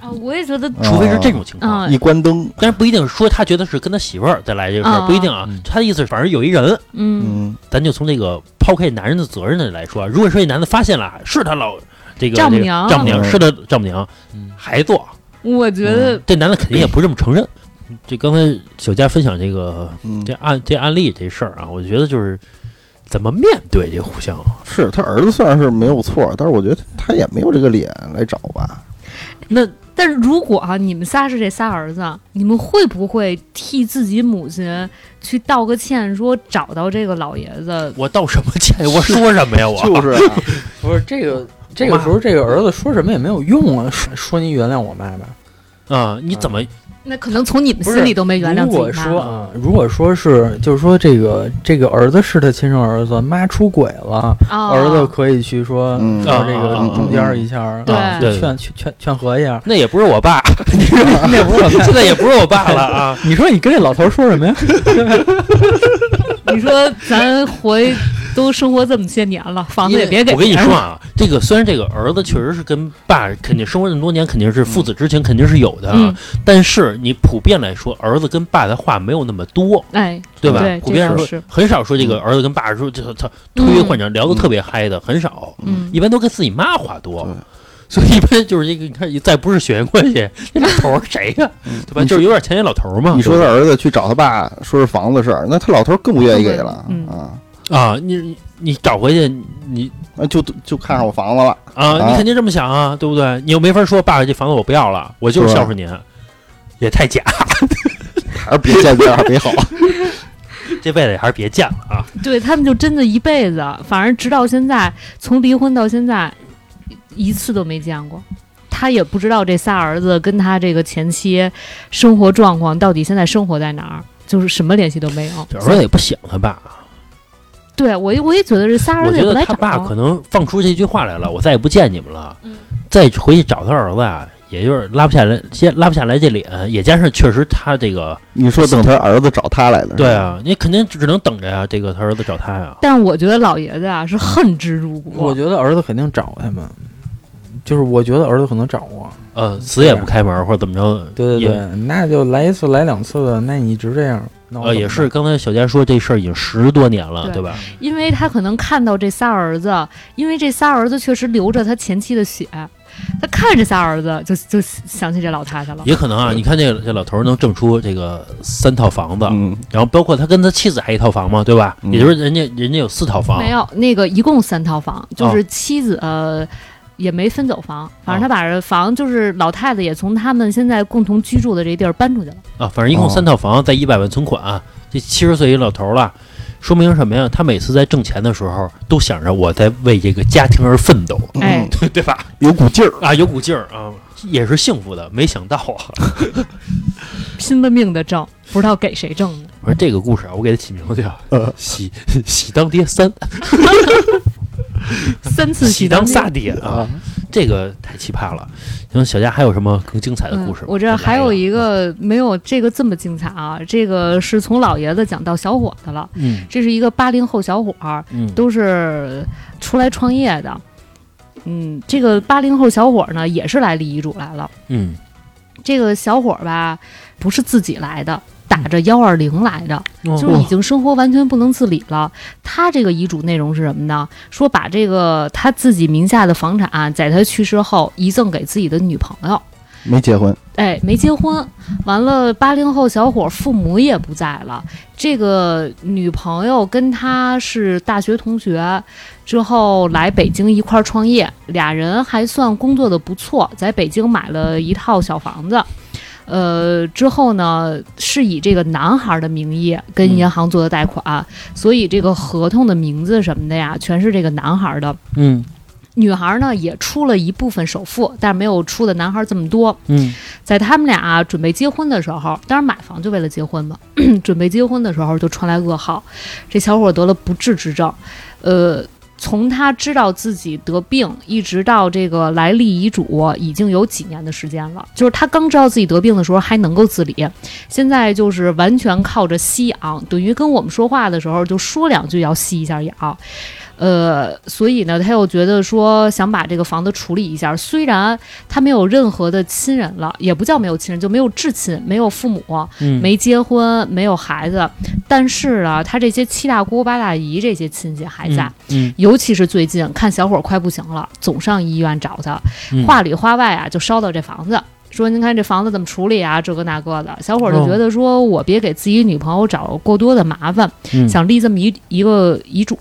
Speaker 4: 啊，我也觉得
Speaker 2: 嗯
Speaker 1: 除非是这种情况。
Speaker 4: 啊，
Speaker 2: 一关灯，
Speaker 1: 但是不一定说他觉得是跟他媳妇儿再来这个事儿，
Speaker 4: 啊
Speaker 1: 不一定啊
Speaker 3: 嗯。
Speaker 1: 他的意思是，反正有一人，
Speaker 4: 嗯，
Speaker 2: 嗯，
Speaker 1: 咱就从这个抛开男人的责任来说，啊如果说这男的发现了是他老这个
Speaker 4: 丈母
Speaker 1: 这个
Speaker 4: 娘
Speaker 1: 丈母娘是他丈母娘
Speaker 3: 嗯
Speaker 1: 还做，
Speaker 4: 我觉得
Speaker 1: 这男的肯定也不这么承认。这刚才小佳分享这个
Speaker 2: 嗯
Speaker 1: 这案这案例这事儿啊，我觉得就是怎么面对这互相，啊
Speaker 2: 是他儿子虽然是没有错，但是我觉得他也没有这个脸来找吧。
Speaker 4: 那。但是如果啊，你们仨是这仨儿子，你们会不会替自己母亲去道个歉，说找到这个老爷子
Speaker 1: 我道什么歉？我说什么呀？我
Speaker 2: 就是啊，
Speaker 3: 不是这个这个时候这个儿子说什么也没有用啊，说说你原谅我妈吧。
Speaker 1: 啊，你怎么
Speaker 4: 那可能从你们
Speaker 3: 不
Speaker 4: 心
Speaker 3: 是
Speaker 4: 里都没原
Speaker 3: 如
Speaker 4: 谅自己
Speaker 3: 果
Speaker 4: 妈
Speaker 3: 说
Speaker 4: 了。
Speaker 3: 啊，如果说是，就是说这个这个儿子是他亲生儿子，妈出轨了，
Speaker 4: 啊
Speaker 3: 儿子可以去说
Speaker 2: 嗯
Speaker 3: 到这
Speaker 1: 啊
Speaker 3: 个
Speaker 1: 啊啊
Speaker 3: 中间一下儿，
Speaker 4: 对
Speaker 3: 啊
Speaker 1: 对。
Speaker 3: 劝劝劝劝和一下
Speaker 1: 那也不是我爸，
Speaker 3: 那不是我
Speaker 1: 现在也不是我爸了啊。
Speaker 3: 你说你跟这老头儿说什么呀？
Speaker 4: 你说咱回都生活这么些年了，房子也别给。
Speaker 1: 我跟你说， 啊，这个虽然这个儿子确实是跟爸肯定生活这么多年，肯定是父子之情肯定是有的啊，
Speaker 4: 嗯，
Speaker 1: 但是你普遍来说，儿子跟爸的话没有那么多，
Speaker 4: 哎，
Speaker 1: 对吧？
Speaker 4: 对
Speaker 1: 普遍来
Speaker 4: 这
Speaker 1: 说
Speaker 4: 倒是
Speaker 1: 很少说这个儿子跟爸说这他推诿换掌聊得特别嗨的，很少，
Speaker 4: 嗯，
Speaker 1: 一般都跟自己妈话多
Speaker 2: 对。
Speaker 1: 所以一般就是这个，你看，再不是血缘关系， 那老头儿谁呀、
Speaker 2: 嗯
Speaker 1: 对吧？就是有点前些老头儿嘛。
Speaker 2: 你说
Speaker 1: 对
Speaker 2: 他
Speaker 1: 吧
Speaker 2: 儿子去找他爸说是房子事儿，那他老头儿更不愿意给了
Speaker 4: 嗯
Speaker 2: 啊。
Speaker 1: 啊，你你找回去，你
Speaker 2: 那就就看上我房子了。
Speaker 1: 啊，
Speaker 2: 啊
Speaker 1: 你肯定这么想啊，对不对？你又没法说，爸爸，这房子我不要了，我就是
Speaker 2: 是
Speaker 1: 孝顺您，也太假，
Speaker 2: 还是别见面儿为好。
Speaker 1: 这辈子也还是别见了啊。
Speaker 4: 对他们就真的一辈子，反正直到现在，从离婚到现在，一次都没见过。他也不知道这仨儿子跟他这个前妻生活状况到底现在生活在哪儿，就是什么联系都没有。
Speaker 1: 小时候也不想他爸，
Speaker 4: 对我也我也觉得这仨儿
Speaker 1: 我
Speaker 4: 子
Speaker 1: 觉
Speaker 4: 也不啊
Speaker 1: 得
Speaker 4: 来
Speaker 1: 他
Speaker 4: 找
Speaker 1: 爸可能放出这句话来了，我再也不见你们了。
Speaker 4: 嗯
Speaker 1: 再回去找他儿子啊，也就是拉不下来，先拉不下来这脸，也加上确实他这个，
Speaker 2: 你说等他儿子找他来的，
Speaker 5: 嗯
Speaker 1: 对，啊，你肯定只能等着呀、这个他儿子找他呀、
Speaker 4: 但我觉得老爷子啊是恨之入骨。
Speaker 5: 我觉得儿子肯定找他们，就是我觉得儿子可能找过。
Speaker 1: 呃，死也不开门或者怎么着，
Speaker 5: 对对
Speaker 1: 也
Speaker 5: 对，那就来一次来两次的，那你一直这样，那我
Speaker 1: 呃，
Speaker 5: 怎么
Speaker 1: 也
Speaker 5: 办
Speaker 1: 是刚才小佳说这事儿已经十多年了，
Speaker 4: 对
Speaker 1: 对吧？
Speaker 4: 因为他可能看到这仨儿子，因为这仨儿子确实流着他前妻的血，他看这仨儿子就就想起这老太太了。
Speaker 1: 也可能啊，你看这个这老头儿能挣出这个三套房子，
Speaker 2: 嗯，
Speaker 1: 然后包括他跟他妻子还一套房嘛，对吧？
Speaker 2: 嗯
Speaker 1: 也就是人家人家有四套房
Speaker 4: 没，有，那个一共三套
Speaker 1: 啊
Speaker 4: 房，就是妻子、呃也没分走房，反正他把这房就是老太太也从他们现在共同居住的这地儿搬出去了。
Speaker 1: 啊，反正一共
Speaker 5: 哦
Speaker 1: 三套房，再一百万存款、啊这七十岁一老头儿了，说明什么呀？他每次在挣钱的时候，都想着我在为这个家庭而奋斗，
Speaker 4: 哎，
Speaker 1: 对吧？
Speaker 2: 有股劲儿。
Speaker 1: 啊，有股劲儿啊，也是幸福的。没想到啊，
Speaker 4: 拼了命的挣，不知道给谁挣 的。
Speaker 1: 我说这个故事啊，我给它起名字叫《喜 喜当爹三》，
Speaker 4: 三次
Speaker 1: 喜
Speaker 4: 喜
Speaker 1: 当
Speaker 4: 命
Speaker 1: 仨爹啊，这个太奇葩了。行，小佳还有什么更精彩的故事吗？
Speaker 4: 嗯我这
Speaker 1: 再来
Speaker 4: 儿还有一
Speaker 1: 个，
Speaker 4: 个没有这个这么精彩啊，这个是从老爷子讲到小伙子了。
Speaker 1: 嗯
Speaker 4: 这是一个八零后小伙儿，
Speaker 1: 嗯，
Speaker 4: 都是出来创业的。嗯，这个八零后小伙儿呢，也是来立遗嘱来了。
Speaker 1: 嗯。
Speaker 4: 这个小伙儿吧，不是自己来的，打着幺二零来的，
Speaker 1: 就
Speaker 4: 就是已经生活完全不能自理了。他这个遗嘱内容是什么呢？说把这个他自己名下的房产啊、在他去世后遗赠给自己的女朋友。
Speaker 2: 没结婚，
Speaker 4: 哎，没结婚，完了，八零后小伙儿父母也不在了。这个女朋友跟他是大学同学，之后来北京一块儿创业，俩人还算工作的不错，在北京买了一套小房子。呃，之后呢，是以这个男孩儿的名义跟银行做的贷款，啊所以这个合同的名字什么的呀，全是这个男孩儿的。
Speaker 1: 嗯
Speaker 4: 女孩儿呢也出了一部分首付，但是没有出的男孩儿这么多。
Speaker 1: 嗯
Speaker 4: 在他们俩、准备结婚的时候，当然买房就为了结婚嘛。 准备结婚的时候就传来噩耗，这小伙得了不治之症。呃，从他知道自己得病，一直到这个来立遗嘱，已经有几年的时间了。就是他刚知道自己得病的时候还能够自理，现在就是完全靠着吸氧，等于跟我们说话的时候就说两句要吸一下氧。呃，所以呢，他又觉得说想把这个房子处理一下，虽然他没有任何的亲人了，也不叫没有亲人，就没有至亲，没有父母，
Speaker 1: 嗯，
Speaker 4: 没结婚，没有孩子。但是啊，他这些七大姑八大姨这些亲戚还在，
Speaker 1: 嗯，
Speaker 4: 尤其是最近看小伙儿快不行了，总上医院找他，
Speaker 1: 嗯
Speaker 4: 话里话外啊就捎到这房子。说您看这房子怎么处理啊？这个那个的，小伙
Speaker 1: 哦
Speaker 4: 儿就觉得说，我别给自己女朋友找过多的麻烦，
Speaker 1: 嗯
Speaker 4: 想立这么一一个遗嘱。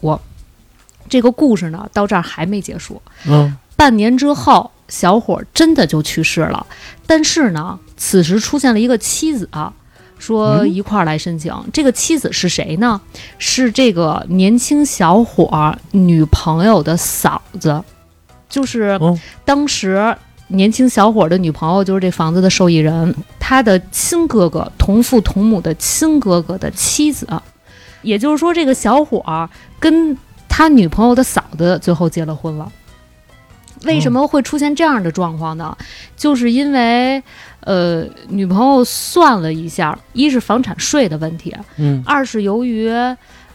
Speaker 4: 这个故事呢，到这儿还没结束。
Speaker 1: 嗯
Speaker 4: 半年之后，小伙儿真的就去世了。但是呢，此时出现了一个妻子啊，说一块儿来申请。这个妻子是谁呢？是这个年轻小伙儿女朋友的嫂子，就是
Speaker 1: 哦
Speaker 4: 当时。年轻小伙儿的女朋友就是这房子的受益人，他的亲哥哥同父同母的亲哥哥的妻子，啊也就是说，这个小伙儿跟他女朋友的嫂子最后结了婚了。为什么会出现这样的状况呢？就是因为，呃，女朋友算了一下，一是房产税的问题，
Speaker 1: 嗯
Speaker 4: 二是由于，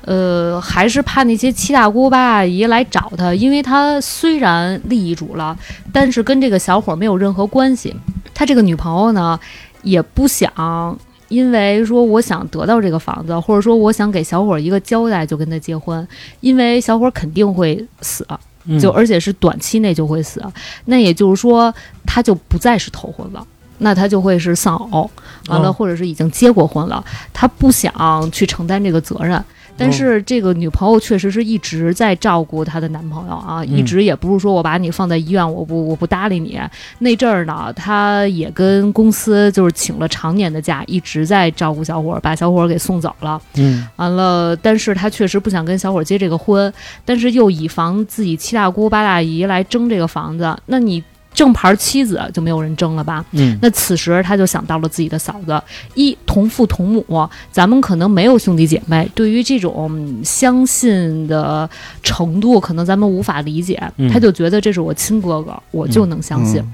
Speaker 4: 呃，还是怕那些七大姑八大姨来找他，因为他虽然立遗嘱了，但是跟这个小伙儿没有任何关系。他这个女朋友呢，也不想。因为说我想得到这个房子，或者说我想给小伙儿一个交代，就跟他结婚，因为小伙儿肯定会死，
Speaker 1: 嗯
Speaker 4: 就而且是短期内就会死。那也就是说，他就不再是头婚了。那他就会是丧偶，完了
Speaker 5: 哦
Speaker 4: 或者是已经结过婚了，他不想去承担这个责
Speaker 5: 哦
Speaker 4: 任。但是这个女朋友确实是一直在照顾她的男朋友啊，一
Speaker 5: 嗯
Speaker 4: 直也不是说我把你放在医院，我不我不搭理你。那阵儿呢，她也跟公司就是请了常年的假，一直在照顾小伙儿，把小伙儿给送走了。
Speaker 5: 嗯
Speaker 4: 完了，但是她确实不想跟小伙儿结这个婚，但是又以防自己七大姑八大姨来争这个房子，那你正牌妻子就没有人争了吧？
Speaker 5: 嗯
Speaker 4: 那此时他就想到了自己的嫂子，一同父同母，咱们可能没有兄弟姐妹，对于这种嗯相信的程度，可能咱们无法理解。
Speaker 5: 嗯
Speaker 4: 他就觉得这是我亲哥哥，我就能相信。
Speaker 2: 嗯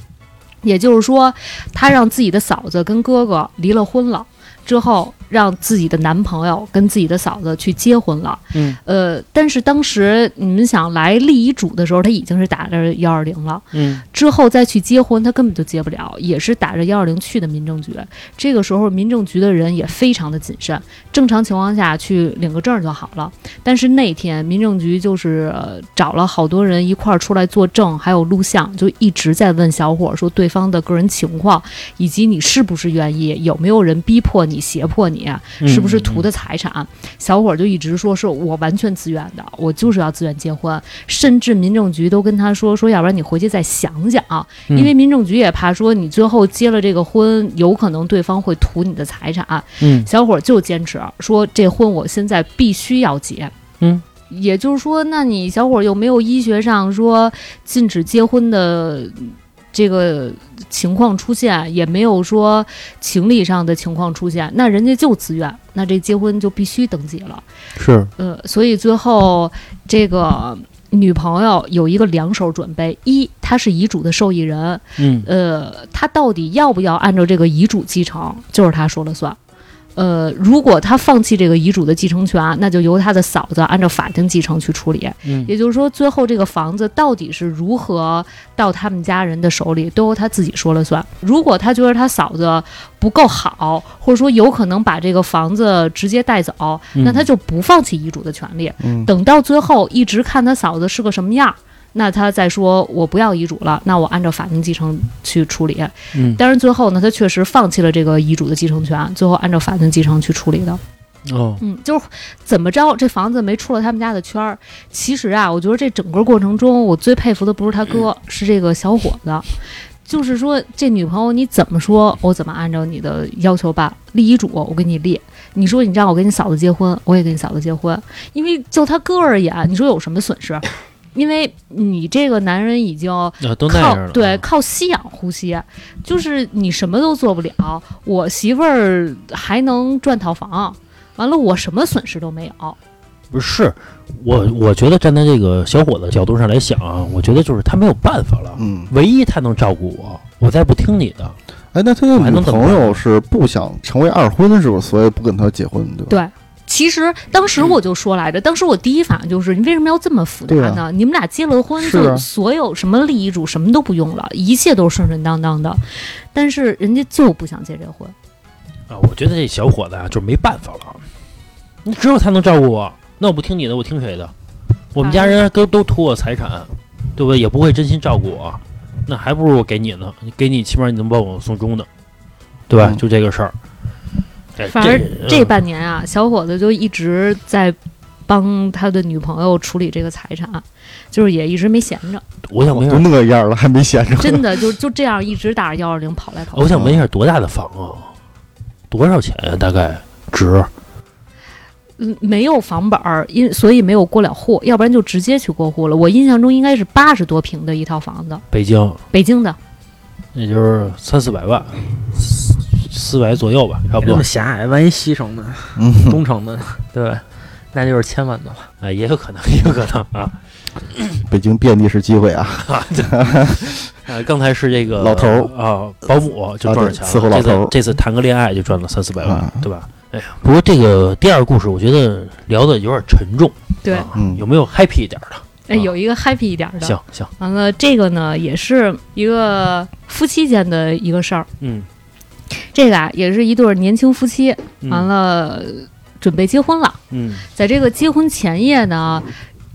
Speaker 4: 也就是说，他让自己的嫂子跟哥哥离了婚了。之后让自己的男朋友跟自己的嫂子去结婚了，
Speaker 5: 嗯，
Speaker 4: 呃，但是当时你们想来立遗嘱的时候，他已经是打着幺二零了，
Speaker 5: 嗯
Speaker 4: 之后再去结婚，他根本就结不了，也是打着幺二零去的民政局。这个时候，民政局的人也非常的谨慎，正常情况下去领个证儿就好了。但是那天民政局就是、呃找了好多人一块儿出来作证，还有录像，就一直在问小伙儿说对方的个人情况，以及你是不是愿意，有没有人逼迫你、胁迫你，啊是
Speaker 1: 嗯
Speaker 4: 不是图的财产？小伙儿就一直说是我完全自愿的，我就是要自愿结婚，甚至民政局都跟他说说，要不然你回去再想想啊，因为民政局也怕说你最后结了这个婚，有可能对方会图你的财产。
Speaker 5: 嗯
Speaker 4: 小伙儿就坚持啊说这婚我现在必须要结。
Speaker 5: 嗯。
Speaker 4: 也就是说，那你小伙儿有没有医学上说禁止结婚的这个情况出现，也没有说情理上的情况出现，那人家就自愿，那这结婚就必须登记了。
Speaker 5: 是
Speaker 4: 呃，所以最后这个女朋友有一个两手准备：一，她是遗嘱的受益人，
Speaker 5: 嗯
Speaker 4: 呃，她到底要不要按照这个遗嘱继承，就是她说了算。呃，如果她放弃这个遗嘱的继承权，那就由她的嫂子按照法定继承去处理。
Speaker 5: 嗯
Speaker 4: 也就是说，最后这个房子到底是如何到他们家人的手里，都由他自己说了算。如果他觉得他嫂子不够好，或者说有可能把这个房子直接带走，
Speaker 5: 嗯
Speaker 4: 那他就不放弃遗嘱的权利。
Speaker 2: 嗯
Speaker 4: 等到最后一直看他嫂子是个什么样儿，那他再说我不要遗嘱了，那我按照法定继承去处理。
Speaker 5: 嗯
Speaker 4: 当然最后呢，他确实放弃了这个遗嘱的继承权，最后按照法定继承去处理的。
Speaker 5: 哦
Speaker 4: 嗯，就是怎么着，这房子没出了他们家的圈儿。其实啊，我觉得这整个过程中，我最佩服的不是他哥，是这个小伙子。就是说，这女朋友你怎么说，我怎么按照你的要求办。立遗嘱，我给你立。你说你让我跟你嫂子结婚，我也跟你嫂子结婚。因为就他哥而言，啊你说有什么损失？因为你这个男人已经
Speaker 1: 啊，都那
Speaker 4: 靠
Speaker 1: 样了，
Speaker 4: 对靠吸氧呼吸，啊就是你什么都做不了。我媳妇儿还能赚套房，完了我什么损失都没有。
Speaker 1: 嗯不是我，我觉得站在这个小伙子角度上来想啊，我觉得就是他没有办法了，
Speaker 2: 嗯，
Speaker 1: 唯一他能照顾我，我再不听你的，
Speaker 2: 哎，那他的
Speaker 1: 还
Speaker 2: 女
Speaker 1: 能怎么
Speaker 2: 朋友
Speaker 1: 办
Speaker 2: 是不想成为二婚，是不是？所以不跟他结婚，对吧？
Speaker 4: 对其实当时我就说来着，当时我第一反应就是，你为什么要这么复杂
Speaker 1: 啊
Speaker 2: 对
Speaker 4: 呢？你们俩结了婚，
Speaker 2: 是啊
Speaker 4: 就所有什么立遗嘱什么都不用了，一切都顺顺当当的。但是人家就不想结这婚，
Speaker 1: 啊，我觉得这小伙子啊，就是没办法了，你只有他能照顾我。那我不听你的，我听谁的？我们家人都都图我财产，对不对？也不会真心照顾我，那还不如我给你呢。给你，起码你能帮我送终呢，对吧？
Speaker 2: 嗯
Speaker 1: 就这个事儿。哎
Speaker 4: 反而这
Speaker 1: 嗯
Speaker 4: 半年啊，小伙子就一直在帮他的女朋友处理这个财产，啊就是也一直没闲着。
Speaker 1: 我想
Speaker 2: 我
Speaker 1: 问一
Speaker 2: 哦都
Speaker 1: 下，
Speaker 2: 那样了，还没闲着。
Speaker 4: 真的就就这样一直打着幺二零跑来跑
Speaker 1: 我
Speaker 4: 去。
Speaker 1: 想问一下，多大的房啊？多少钱啊？大概值？
Speaker 4: 嗯，没有房本儿，因所以没有过了户，要不然就直接去过户了。我印象中应该是八十多平的一套房子，
Speaker 1: 北京
Speaker 4: 北京的。
Speaker 1: 也就是三四百万，四四百左右吧，差不
Speaker 5: 这
Speaker 1: 多
Speaker 5: 么。狭隘，万一西城的、
Speaker 2: 嗯，
Speaker 5: 东城的，对吧？那就是千万的了。
Speaker 1: 哎，也有可能， 也有可能啊。
Speaker 2: 北京遍地是机会啊！
Speaker 1: 呃，刚才是这个
Speaker 2: 老头儿
Speaker 1: 啊，保姆就
Speaker 2: 啊
Speaker 1: 赚了
Speaker 2: 对
Speaker 1: 钱了，
Speaker 2: 伺候老
Speaker 1: 这次
Speaker 2: 头儿
Speaker 1: 这次谈个恋爱就赚了三四百万
Speaker 2: 啊，
Speaker 1: 对吧？哎呀，不过这个第二故事，我觉得聊的有点沉重，
Speaker 4: 对嗯
Speaker 1: 啊
Speaker 2: 嗯
Speaker 1: 有没有 happy 一点的？啊
Speaker 4: 哎，有一个 happy 一点的。
Speaker 1: 行行，
Speaker 4: 完了，这个呢也是一个夫妻间的一个事儿。
Speaker 1: 嗯，
Speaker 4: 这个啊也是一对儿年轻夫妻，
Speaker 1: 嗯
Speaker 4: 完，了准备结婚了。
Speaker 1: 嗯
Speaker 4: 在这个结婚前夜呢，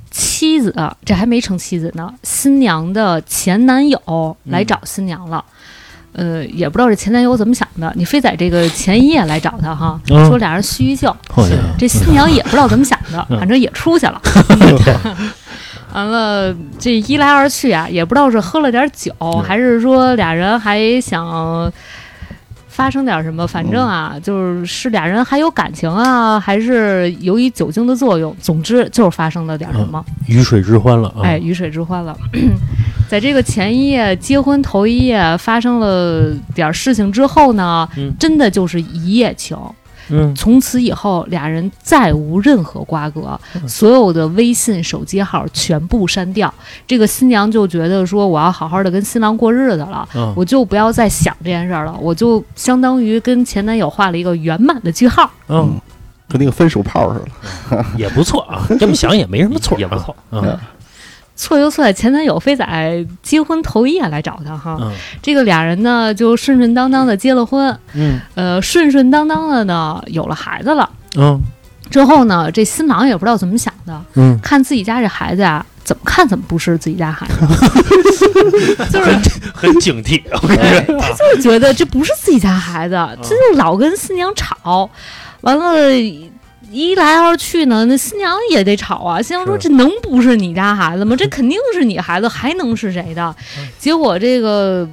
Speaker 4: 妻子
Speaker 1: 嗯
Speaker 4: 这还没成妻子呢，新娘的前男友来找新娘了。呃，也不知道这前男友怎么想的，你非在这个前一夜来找他哈，
Speaker 1: 嗯
Speaker 4: 说俩人叙一秀，
Speaker 1: 好 家嗯
Speaker 4: 这新娘也不知道怎么想的，反正也出去了。完了，这一来二去啊，也不知道是喝了点酒，还是说俩人还想发生点什么。反正啊，就是是俩人还有感情啊，还是由于酒精的作用。总之就是发生了点什么，
Speaker 1: 鱼水之欢了啊！
Speaker 4: 哎，鱼水之欢了。 在这个前一夜结婚头一夜发生了点事情之后呢，
Speaker 1: 嗯
Speaker 4: 真的就是一夜情。
Speaker 1: 嗯，
Speaker 4: 从此以后，俩人再无任何瓜葛，所有的微信、手机号全部删掉。这个新娘就觉得说，我要好好的跟新郎过日子了，
Speaker 1: 啊，
Speaker 4: 我就不要再想这件事儿了，我就相当于跟前男友画了一个圆满的句号。
Speaker 1: 嗯，
Speaker 2: 跟那个分手炮似的。
Speaker 1: 也不错啊，这么想也没什么错，
Speaker 3: 也不错。
Speaker 1: 嗯
Speaker 4: 错就错在前男友非在结婚头一夜来找她哈，
Speaker 1: 嗯
Speaker 4: 这个俩人呢就顺顺当当的结了婚，
Speaker 1: 嗯
Speaker 4: 呃，顺顺当当的呢有了孩子了。
Speaker 1: 嗯
Speaker 4: 之后呢，这新郎也不知道怎么想的，
Speaker 1: 嗯，
Speaker 4: 看自己家这孩子啊，怎么看怎么不是自己家 孩子， 就是
Speaker 1: 很警惕。
Speaker 4: 他就是觉得这不是自己家孩子，
Speaker 1: 嗯
Speaker 4: 这就老跟新娘吵，完了。一来二去呢，那新娘也得吵啊。新娘说：“
Speaker 1: 是
Speaker 4: 这能不是你家孩子吗？这肯定是你孩子，还能是谁的？”
Speaker 1: 嗯
Speaker 4: 结果这个，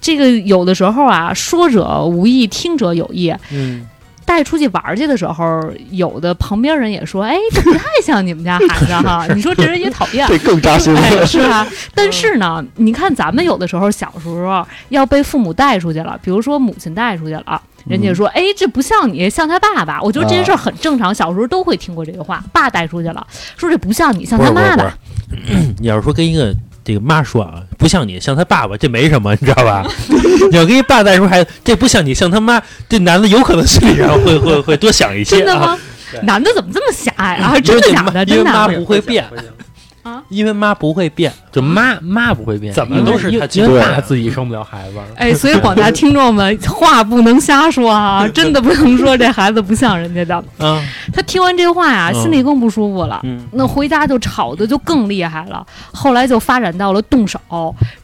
Speaker 4: 这个有的时候啊，说者无意，听者有意。啊
Speaker 1: 嗯，
Speaker 4: 带出去玩儿去的时候，有的旁边人也说：“哎，这不太像你们家孩子 哈。”你说这人也讨厌，
Speaker 2: 这更扎 心了。
Speaker 4: 哎，是啊。但是呢，你看咱们有的时候小时候要被父母带出去了，比如说母亲带出去了，人
Speaker 1: 嗯
Speaker 4: 家说，哎，这不像你，像他爸爸。我觉得这件事儿
Speaker 1: 啊
Speaker 4: 很正常，小时候都会听过这句话。爸带出去了，说这不像你，像
Speaker 1: 不
Speaker 4: 他
Speaker 1: 是不
Speaker 4: 妈
Speaker 1: 是不
Speaker 4: 妈
Speaker 1: 是。，你要是 说跟一个这个妈说啊，不像你，像他爸爸，这没什么，你知道 吧？你要跟一爸再说孩子，这不像你，像他妈，这男的有可能心里上会会会多想一些
Speaker 4: 真的
Speaker 1: 啊
Speaker 4: 吗？？男的怎么这么狭隘啊？
Speaker 1: 因
Speaker 4: 真
Speaker 1: 为
Speaker 4: 的
Speaker 1: 这
Speaker 4: 假
Speaker 1: 妈
Speaker 4: 的？
Speaker 1: 因
Speaker 4: 真
Speaker 1: 为
Speaker 4: 的
Speaker 1: 妈
Speaker 4: 啊。
Speaker 1: 不会变
Speaker 4: 啊，
Speaker 1: 因为妈不会变，
Speaker 3: 就妈妈不会变，
Speaker 1: 怎么
Speaker 3: 因为
Speaker 1: 都是
Speaker 3: 因
Speaker 1: 她
Speaker 3: 为
Speaker 1: 亲
Speaker 3: 因为
Speaker 2: 生的
Speaker 3: 爸自己生不了孩子。
Speaker 4: 哎，所以广大听众们，话不能瞎说啊， 真的不能说这孩子不像人家的。
Speaker 1: 啊，
Speaker 4: 他听完这话呀、啊
Speaker 1: 嗯
Speaker 4: 心里更不舒服了。
Speaker 1: 嗯
Speaker 4: 那回家就吵得就更厉害了，后来就发展到了动手，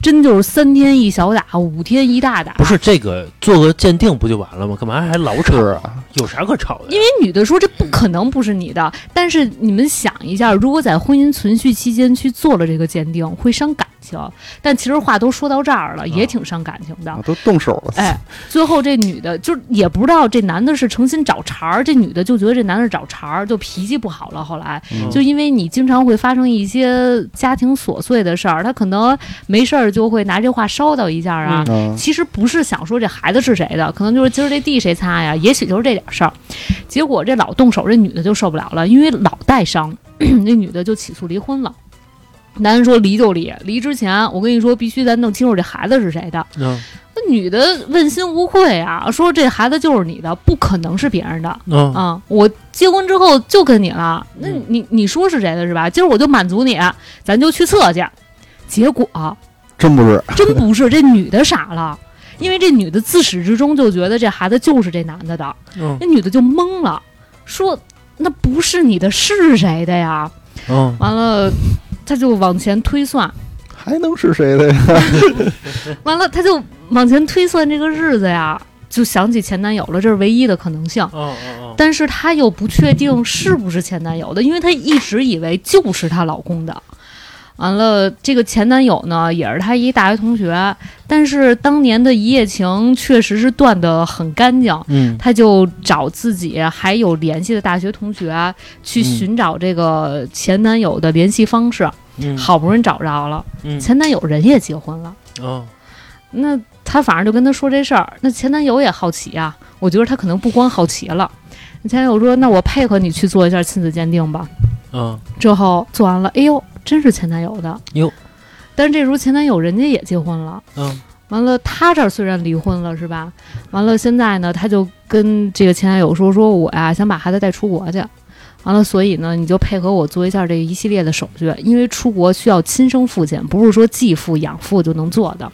Speaker 4: 真就是三天一小打，五天一大打。哎
Speaker 1: 不，是这个做个鉴定不就完了吗？干嘛还老吵？
Speaker 2: 是啊，
Speaker 1: 有啥可吵的呀？
Speaker 4: 因为女的说这不可能不是你的，但是你们想一下，如果在婚姻存续期间去做了这个鉴定，会伤感情。但其实话都说到这儿
Speaker 1: 嗯
Speaker 4: 了，也挺伤感情的。
Speaker 2: 啊都动手了。
Speaker 4: 哎，最后这女的就是也不知道这男的是诚心找茬儿，这女的就觉得这男的找茬儿，就脾气不好了。后来
Speaker 2: 嗯
Speaker 4: 就因为你经常会发生一些家庭琐碎的事儿，他可能没事儿就会拿这话捎叨一下啊。
Speaker 2: 啊，
Speaker 4: 其实不是想说这孩子是谁的，可能就是今儿这地谁擦呀，也许就是这点事儿。结果这老动手，这女的就受不了了，因为老带伤， 那女的就起诉离婚了。男人说离就离，离之前我跟你说必须咱弄清楚这孩子是谁的。
Speaker 1: 嗯
Speaker 4: 那女的问心无愧啊，说这孩子就是你的，不可能是别人的。
Speaker 1: 嗯
Speaker 4: 啊、我结婚之后就跟你了，那
Speaker 1: 嗯
Speaker 4: 你你说是谁的是吧？今儿我就满足你，咱就去测去。结果、
Speaker 2: 真不是，
Speaker 4: 真不是，这女的傻了，因为这女的自始至终就觉得这孩子就是这男的的，
Speaker 1: 嗯
Speaker 4: 那女的就懵了，说那不是你的是谁的呀？
Speaker 1: 嗯，
Speaker 4: 完了，她就往前推 算，
Speaker 2: 还能是谁的呀？
Speaker 4: 完了她就往前推算这个日子呀，就想起前男友了，这是唯一的可能性。
Speaker 5: 嗯
Speaker 1: 哦哦
Speaker 4: 但是她又不确定是不是前男友的，因为她一直以为就是她老公的。完了，这个前男友呢，也是她一大学同学，但是当年的一夜情确实是断得很干净。
Speaker 1: 嗯
Speaker 4: 她就找自己还有联系的大学同学去
Speaker 1: 嗯
Speaker 4: 寻找这个前男友的联系方式，
Speaker 1: 嗯，
Speaker 4: 好不容易找着了，
Speaker 1: 嗯
Speaker 4: 前男友人也结婚了。
Speaker 1: 哦
Speaker 4: 那她反正就跟她说这事儿，那前男友也好奇啊，我觉得他可能不光好奇了。那前男友说：“那我配合你去做一下亲子鉴定吧。
Speaker 1: 嗯”
Speaker 4: 之后做完了，哎呦，真是前男友的
Speaker 1: 哟。
Speaker 4: 但是这时候前男友人家也结婚了，
Speaker 1: 嗯
Speaker 4: 完了她这儿虽然离婚了是吧？完了现在呢，她就跟这个前男友说：“说我呀、想把孩子带出国去。”完了，所以呢，你就配合我做一下这一系列的手续，因为出国需要亲生父亲，不是说继父、养父就能做的。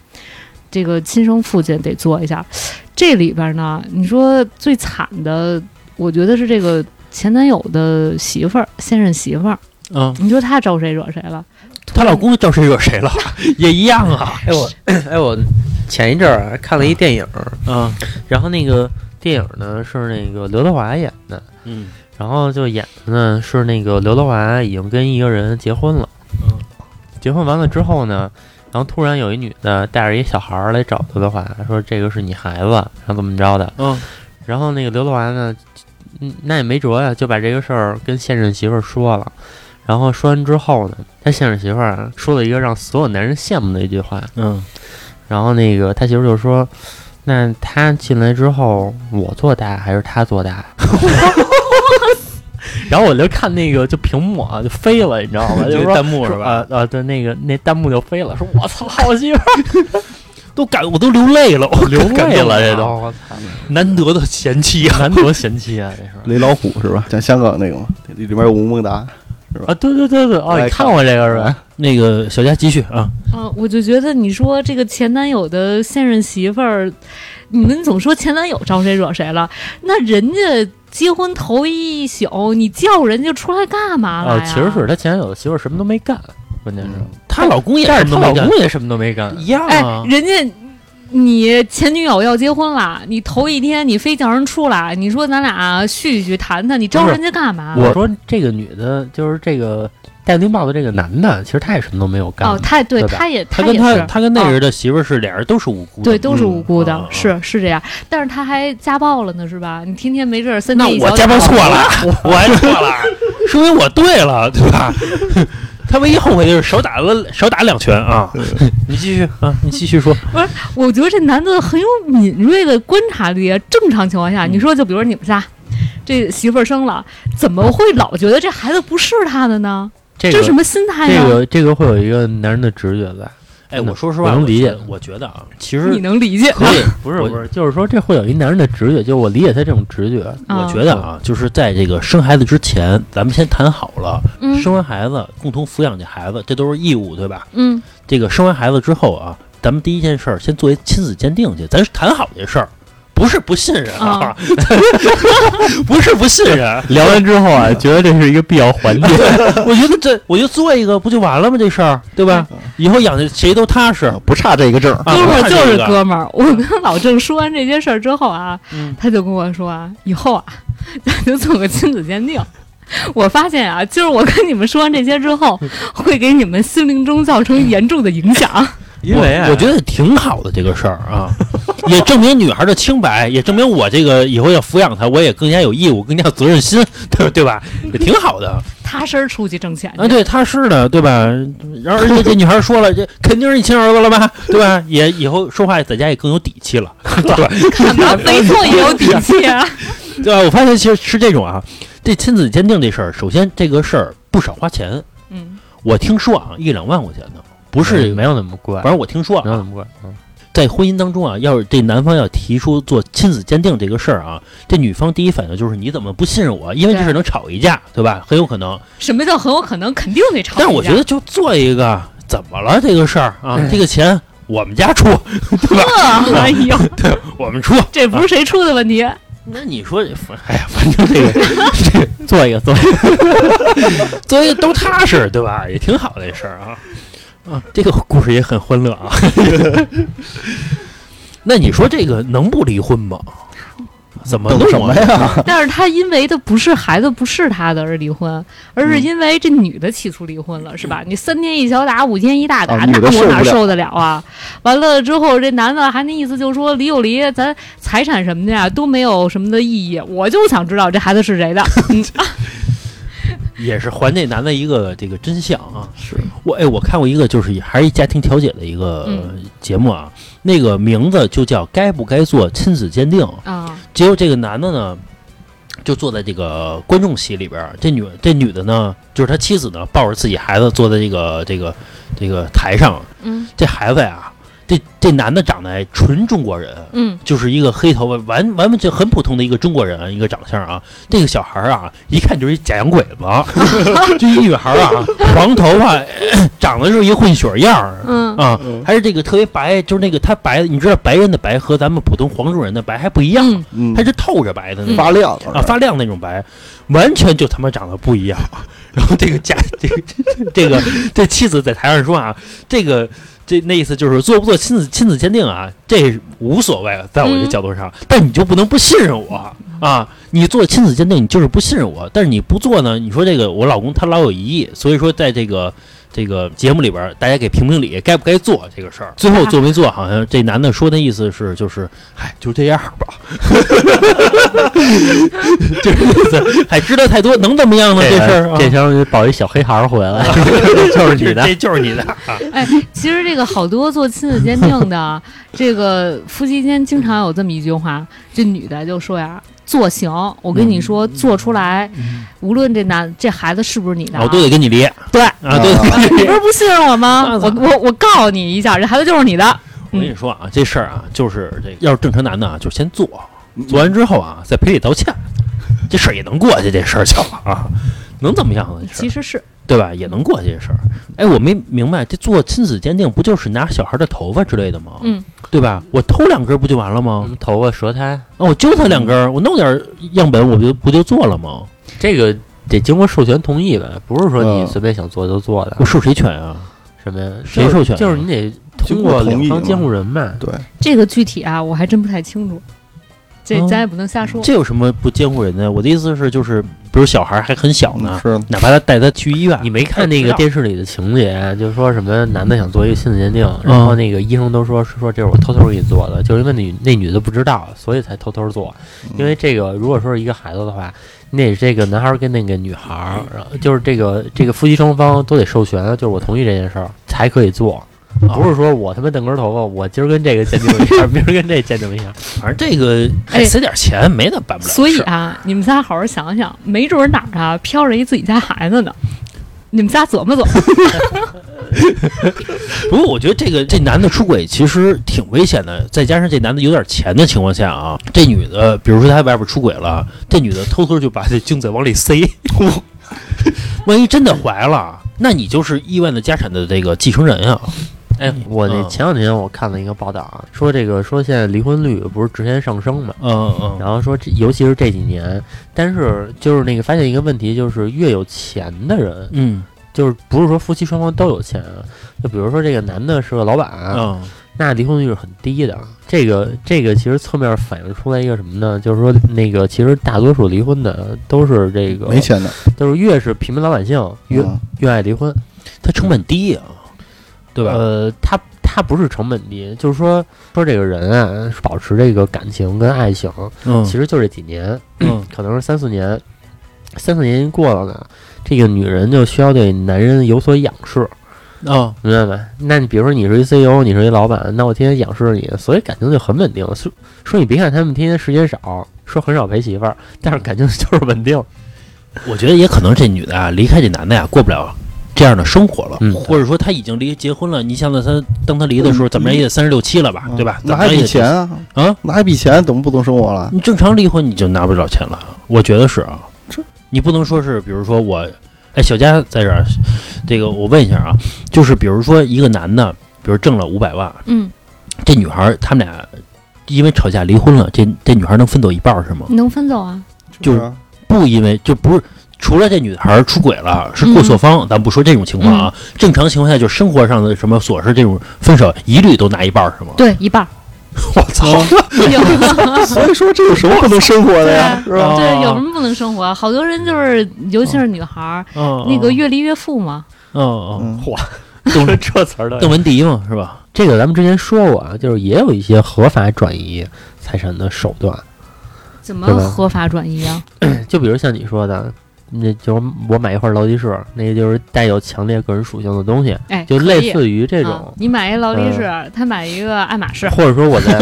Speaker 4: 这个亲生父亲得做一下。这里边呢，你说最惨的，我觉得是这个前男友的媳妇儿，现任媳妇儿。
Speaker 1: 嗯
Speaker 4: 你说她招谁惹谁了？
Speaker 1: 她老公招谁惹谁 了？也一样 啊。
Speaker 5: 哎 我哎我前一阵儿啊看了一电影儿，
Speaker 1: 嗯
Speaker 5: 然后那个电影呢是那个刘德华演的，
Speaker 1: 嗯
Speaker 5: 然后就演的呢嗯是那个刘德华已经跟一个人结婚了，
Speaker 1: 嗯，
Speaker 5: 结婚完了之后呢，然后突然有一女的带着一小孩儿来找刘德华，说这个是你孩子，然后怎么着的，
Speaker 1: 嗯
Speaker 5: 然后那个刘德华呢，嗯那也没辙呀，就把这个事儿跟现任媳妇儿说了。然后说完之后呢，他现任媳妇儿啊说了一个让所有男人羡慕的一句话，
Speaker 1: 嗯
Speaker 5: 然后那个他媳妇就说：“那他进来之后，我做大还是他做大？”然后我就看那个就屏幕啊，就飞了，你知道 吗？
Speaker 1: 这
Speaker 5: 就
Speaker 1: 个
Speaker 5: 说
Speaker 1: 弹幕是吧
Speaker 5: 说啊啊，对，那个那弹幕就飞了，说 我操，好媳妇儿
Speaker 1: 都感我都流泪了，我
Speaker 5: 流
Speaker 1: 感
Speaker 5: 泪
Speaker 1: 动
Speaker 5: 了，
Speaker 1: 啊
Speaker 5: 这都我操，
Speaker 1: 难得的贤妻啊。
Speaker 5: 难得贤妻啊，这是
Speaker 2: 雷老虎是吧？讲香港那个嘛，里边有吴孟达，
Speaker 5: 啊，对对对对，哦，
Speaker 2: 来
Speaker 5: 你看
Speaker 2: 看
Speaker 5: 过这个是吧？
Speaker 1: 那个小佳继续啊，
Speaker 4: 嗯，我就觉得你说这个前男友的现任媳妇儿，你们总说前男友招谁惹谁了，那人家结婚头一宿，你叫人家出来干嘛来
Speaker 5: 啊，
Speaker 4: 哎呀？
Speaker 5: 其实是他前男友的媳妇儿什么都没干，关键是，
Speaker 1: 她老公也
Speaker 5: 但
Speaker 1: 嗯什
Speaker 5: 是
Speaker 1: 么都
Speaker 5: 她老
Speaker 1: 没干
Speaker 5: 公，也什么都没干，
Speaker 1: 一样
Speaker 4: 哎
Speaker 1: 啊，。
Speaker 4: 人家你前女友要结婚了，你头一天你非叫人出来，你说咱俩叙一叙谈谈，你招人家干嘛？啊
Speaker 5: 我说这个女的，就是这个戴绿帽子这个男的，其实他也什么都没有干。
Speaker 4: 哦，他对
Speaker 5: 对吧
Speaker 4: 他也
Speaker 1: 她
Speaker 4: 也
Speaker 1: 跟她
Speaker 4: 是
Speaker 1: 她跟那
Speaker 4: 哦
Speaker 1: 人的媳妇儿是俩人都是无辜的，
Speaker 4: 对，都
Speaker 2: 嗯
Speaker 4: 是无辜的
Speaker 1: 啊啊，
Speaker 4: 是是这样。但是他还家暴了呢，是吧？你天天没事儿三
Speaker 1: 那
Speaker 4: 天一
Speaker 1: 我
Speaker 4: 小
Speaker 1: 家暴
Speaker 4: 吵
Speaker 1: 错了，我还错了，说明我对了，对吧？ 他唯一后悔就是少打了少打两拳啊！ 你继续啊，你继续说。
Speaker 4: 我觉得这男的很有敏锐的观察力啊。正常情况下，
Speaker 1: 嗯
Speaker 4: 你说就比如你们仨，这媳妇儿生了，怎么会老觉得这孩子不是他的呢？
Speaker 5: 这
Speaker 4: 这
Speaker 5: 个
Speaker 4: 什么心态啊
Speaker 5: 这
Speaker 4: 呀？
Speaker 5: 个这个会有一个男人的直觉在，
Speaker 1: 哎，
Speaker 5: 真的
Speaker 1: 我说实话，
Speaker 5: 我能理解
Speaker 1: 我觉得我觉得啊，其
Speaker 4: 你
Speaker 1: 实
Speaker 4: 能理解？
Speaker 1: 可以，
Speaker 5: 不是
Speaker 1: 我
Speaker 5: 不是，就是说这会有一男人的直觉，就是我理解他这种直觉。
Speaker 1: 我
Speaker 4: 啊
Speaker 1: 觉得啊，就是在这个生孩子之前，咱们先谈好了，
Speaker 4: 嗯
Speaker 1: 生完孩子共同抚养这孩子，这都是义务，对吧？
Speaker 4: 嗯
Speaker 1: 这个生完孩子之后啊，咱们第一件事儿先作为亲子鉴定去，咱谈好这事儿，不是不信任啊， 不是不信任，
Speaker 3: 聊完之后啊，觉得这是一个必要环节。
Speaker 1: 我觉得这我就做一个不就完了吗？这事儿对
Speaker 3: 嗯
Speaker 1: 吧？以后养的谁都踏实。
Speaker 2: 不差这个证儿。
Speaker 1: 啊
Speaker 4: 哥们
Speaker 1: 我
Speaker 4: 儿
Speaker 1: 看
Speaker 4: 就
Speaker 1: 这
Speaker 4: 是
Speaker 1: 个
Speaker 4: 嗯
Speaker 1: 啊
Speaker 4: 哥们儿。我跟老郑说完这些事儿之后啊，
Speaker 1: 嗯
Speaker 4: 他就跟我说啊，以后啊，咱就做个亲子鉴定。我发现啊，就是我跟你们说完这些 之后，会给你们心灵中造成严重的影响。
Speaker 1: 嗯
Speaker 5: 因为啊
Speaker 1: 我我觉得挺好的这个事儿 啊，也证明女孩的清白，也证明我这个以后要抚养她，我也更加有义务，更加有责任心，对对吧？也挺好的
Speaker 4: 踏实出去挣钱去。
Speaker 1: 啊，对，踏实的，对吧？然后而且这女孩说了，这肯定是你亲儿子了吧，对吧？也以后说话在家也更有底气了，对吧？
Speaker 4: 看吧，肥错也有底气啊。
Speaker 1: 对吧？我发现其实是这种啊，这亲子鉴定这事儿，首先这个事儿不少花钱，
Speaker 4: 嗯，
Speaker 1: 我听说啊，一两万块钱呢，不
Speaker 5: 不
Speaker 1: 是，
Speaker 5: 哎没有那么怪，
Speaker 1: 反正我听说啊
Speaker 5: 没，有那么怪。嗯
Speaker 1: 在婚姻当中啊，要是这男方要提出做亲子鉴定这个事儿啊，这女方第一反应就是你怎么不信任我？因为这事儿能吵一架，对吧？很有可能。
Speaker 4: 什么叫很有可能？肯定得吵一架。
Speaker 1: 但是我觉得就做一个，怎么了这个事儿啊？这个钱我们家出，对吧？
Speaker 4: 呵，哎呦，
Speaker 1: 我们出。
Speaker 4: 这不是谁出的问题，
Speaker 1: 那你说，哎呀，反正 这个这做一个做一个， 做一个都踏实，对吧？也挺好的这事儿啊。啊，这个故事也很欢乐啊。 那你说这个能不离婚吗？怎么弄
Speaker 2: 等什
Speaker 1: 啊
Speaker 2: 么呀？
Speaker 4: 但是他因为的不是孩子不是他的而离婚，而
Speaker 2: 嗯
Speaker 4: 是因为这女的起诉离婚了，是吧？你三天一小打，五天一大打，
Speaker 2: 啊
Speaker 4: 那
Speaker 2: 女的
Speaker 4: 我
Speaker 2: 受不
Speaker 4: 哪
Speaker 2: 了
Speaker 4: 受得了啊？完了之后，这男的还那意思就是说离就离，咱财产什么的呀都没有什么的意义，我就想知道这孩子是谁的。嗯
Speaker 1: 也是还这男的一个这个真相啊！
Speaker 2: 是
Speaker 1: 我哎，我看过一个就是还是一家庭调解的一个呃
Speaker 4: 嗯
Speaker 1: 节目啊，那个名字就叫《该不该做亲子鉴定》。
Speaker 4: 啊，
Speaker 1: 结果这个男的呢，就坐在这个观众席里边儿，这女这女的呢，就是他妻子呢，抱着自己孩子坐在这个这个这个台上，
Speaker 4: 嗯
Speaker 1: 这孩子呀，这这男的长得还纯中国人，
Speaker 4: 嗯，
Speaker 1: 就是一个黑头发，完完完全很普通的一个中国人，一个长相啊。这个小孩儿啊，一看就是一假洋鬼子， 就一女孩儿啊，黄头发， 长得就是一个混血样儿，
Speaker 4: 嗯
Speaker 1: 啊，
Speaker 2: 嗯
Speaker 1: 还是这个特别白，就是那个他白，你知道白人的白和咱们普通黄种人的白还不一样，
Speaker 2: 嗯
Speaker 4: 嗯
Speaker 1: 他，是透着白的那种
Speaker 2: 发亮
Speaker 1: 啊，发亮那种白，完全就他妈长得不一样。 然后这个家这个这个这妻子在台上说啊，这个这那意思就是做不做亲子亲子鉴定啊，这无所谓，在我这
Speaker 4: 嗯
Speaker 1: 角度上，但你就不能不信任我啊！你做亲子鉴定，你就是不信任我，但是你不做呢，你说这个我老公他老有疑义，所以说在这个。这个节目里边儿，大家给评评理，该不该做这个事儿？最后做没做，好像这男的说的意思是，就是，嗨，就这样儿吧， 就是这意思，还知道太多，能怎么样呢？
Speaker 3: 这
Speaker 1: 这事儿、
Speaker 3: 个
Speaker 1: 啊，
Speaker 3: 这时候就抱一小黑孩儿回 来，就是你的
Speaker 1: 这就是你的啊！
Speaker 4: 哎，其实这个好多做亲子鉴定的，这个夫妻间经常有这么一句话，这女的就说呀：“做行，我跟你说，做出来，无论这男这孩子是不是你的啊，
Speaker 1: 我都得跟你离啊，
Speaker 4: 对，
Speaker 1: 都得跟你
Speaker 4: 你
Speaker 1: 离
Speaker 4: 不。是不信任我吗？我我我告你一下，这孩子就是你的。
Speaker 1: 我跟你说啊，这事儿啊，就是这个要是正常男的啊，就先做，做完之后啊，再赔礼道歉，这事儿也能过去，这事儿就啊，能怎么样呢？这事儿
Speaker 4: 其实是
Speaker 1: 对吧？也能过去这事儿。哎，我没明白，这做亲子鉴定不就是拿小孩的头发之类的吗？
Speaker 4: 嗯，
Speaker 1: 对吧？我偷两根儿不就完了吗？
Speaker 5: 嗯头发、舌苔，
Speaker 1: 那我揪他两根儿，我弄点儿样本，我不就不就做了吗？
Speaker 5: 这个得经过授权同意呗，不是说你
Speaker 2: 嗯
Speaker 5: 随便想做就做的
Speaker 1: 我。授谁权啊？
Speaker 5: 什么呀？
Speaker 1: 谁
Speaker 5: 就是
Speaker 1: 授权
Speaker 5: 就是你得通
Speaker 2: 经过
Speaker 5: 过
Speaker 2: 同
Speaker 5: 两
Speaker 2: 意
Speaker 5: 方
Speaker 2: 嘛
Speaker 5: 监护人呗。
Speaker 2: 对，
Speaker 4: 这个具体啊，我还真不太清楚，这
Speaker 1: 嗯
Speaker 4: 咱也不能瞎说。
Speaker 1: 这有什么不监护人的？我的意思是，就是比如小孩儿还很小呢，
Speaker 2: 嗯是
Speaker 1: 哪怕他带他去医院，
Speaker 5: 你没看那
Speaker 1: 哎知
Speaker 5: 个
Speaker 1: 道
Speaker 5: 电视里的情节，就是说什么男的想做一个亲子鉴定，然后那个医生都说是说这是我偷偷给你做的，就是因为那女那女的不知道，所以才偷偷做。因为这个，如果说是一个孩子的话，你得这个男孩儿跟那个女孩儿，然后就是这个这个夫妻双方都得授权，就是我同意这件事儿才可以做，不是说我他妈瞪根头发，我今儿跟这个鉴定一下， 明儿跟这鉴定一下。
Speaker 1: 反正这个还
Speaker 4: 哎
Speaker 1: 塞点钱，没那办不了的事。
Speaker 4: 所以啊，你们仨好好想想，没准儿哪儿啊飘着一自己家孩子呢。你们仨琢磨琢磨，
Speaker 1: 不过我觉得这个这男的出轨其实挺危险的，再加上这男的有点钱的情况下啊，这女的，比如说她外边出轨了，这女的偷偷就把这精子往里塞，万一真的怀了，那你就是亿万的家产的这个继承人啊。
Speaker 5: 哎，我那
Speaker 1: 嗯
Speaker 5: 前两天我看了一个报道啊，说这个说现在离婚率不是直线上升嘛，
Speaker 1: 嗯嗯
Speaker 5: 然后说这尤其是这几年，但是就是那个发现一个问题，就是越有钱的人，
Speaker 1: 嗯
Speaker 5: 就是不是说夫妻双方都有钱啊，就比如说这个男的是个老板，
Speaker 2: 啊
Speaker 1: 嗯
Speaker 5: 那离婚率是很低的。这个这个其实侧面反映出来一个什么呢？就是说那个其实大多数离婚的都是这个
Speaker 2: 没，钱的，
Speaker 5: 就是越是平民老百姓越、
Speaker 2: 嗯
Speaker 5: 越爱离婚，
Speaker 1: 他成本低啊，对吧？
Speaker 5: 呃，他他不是成本低，就是说说这个人啊，保持这个感情跟爱情，
Speaker 1: 嗯
Speaker 5: 其实就这几年，
Speaker 1: 嗯
Speaker 5: 可能是三四年，三四年过了呢，这个女人就需要对男人有所仰视，
Speaker 1: 啊
Speaker 5: 明白没？那你比如说你是一 CEO，你是一老板，那我天天仰视你，所以感情就很稳定。说说你别看他们天天时间少，说很少陪媳妇儿，但是感情就是 稳定。
Speaker 1: 我觉得也可能这女的啊离开这男的呀、过不了这样的生活了，
Speaker 5: 嗯
Speaker 1: 或者说她已经离结婚了。你想想她当她离的时候，怎么着也得三十六七了吧，
Speaker 2: 嗯
Speaker 1: 对吧？怎
Speaker 2: 拿
Speaker 1: 么
Speaker 2: 一
Speaker 1: 着也
Speaker 2: 笔
Speaker 1: 得
Speaker 2: 钱啊，
Speaker 1: 啊，
Speaker 2: 拿一笔钱怎么不能生活了？
Speaker 1: 你正常离婚你就拿不着钱了，我觉得是啊。
Speaker 2: 这
Speaker 1: 你不能说是，比如说我，哎，小佳在这儿，这个我问一下啊，就是比如说一个男的，比如挣了五百万，
Speaker 4: 嗯，
Speaker 1: 这女孩儿他们俩因为吵架离婚了，这这女孩儿能分走一半儿是吗？
Speaker 4: 能分走啊？
Speaker 1: 就是
Speaker 2: 啊
Speaker 1: 不因为就不是。除了这女孩儿出轨了，是过错方，咱不说这种情况啊。正常情况下，就生活上的什么琐事，这种分手一律都拿一半儿，是吗？啊
Speaker 4: 对，一半儿。
Speaker 1: 我操！
Speaker 2: 所以说这有什么不能生活的呀？是
Speaker 4: 对啊
Speaker 2: 吧？
Speaker 4: 对，有什么不能生活啊？好多人就是，尤其是女孩儿，
Speaker 1: 嗯，
Speaker 4: 那个越离越富嘛。
Speaker 1: 嗯嗯，
Speaker 2: 嗯，
Speaker 1: 邓
Speaker 5: 这这词儿的
Speaker 1: 邓文迪嘛，是吧？
Speaker 5: 这个咱们之前说过啊，就是也有一些合法转移财产的手段，
Speaker 4: 怎么
Speaker 5: 对吧
Speaker 4: 合法转移啊？
Speaker 5: 就比如像你说的。那就是我买一块劳力士，那个就是带有强烈个人属性的东西，
Speaker 4: 哎，
Speaker 5: 就
Speaker 4: 可以
Speaker 5: 类似于这种，
Speaker 4: 啊你买一劳力士，他买一个爱马仕，
Speaker 5: 或者说我在，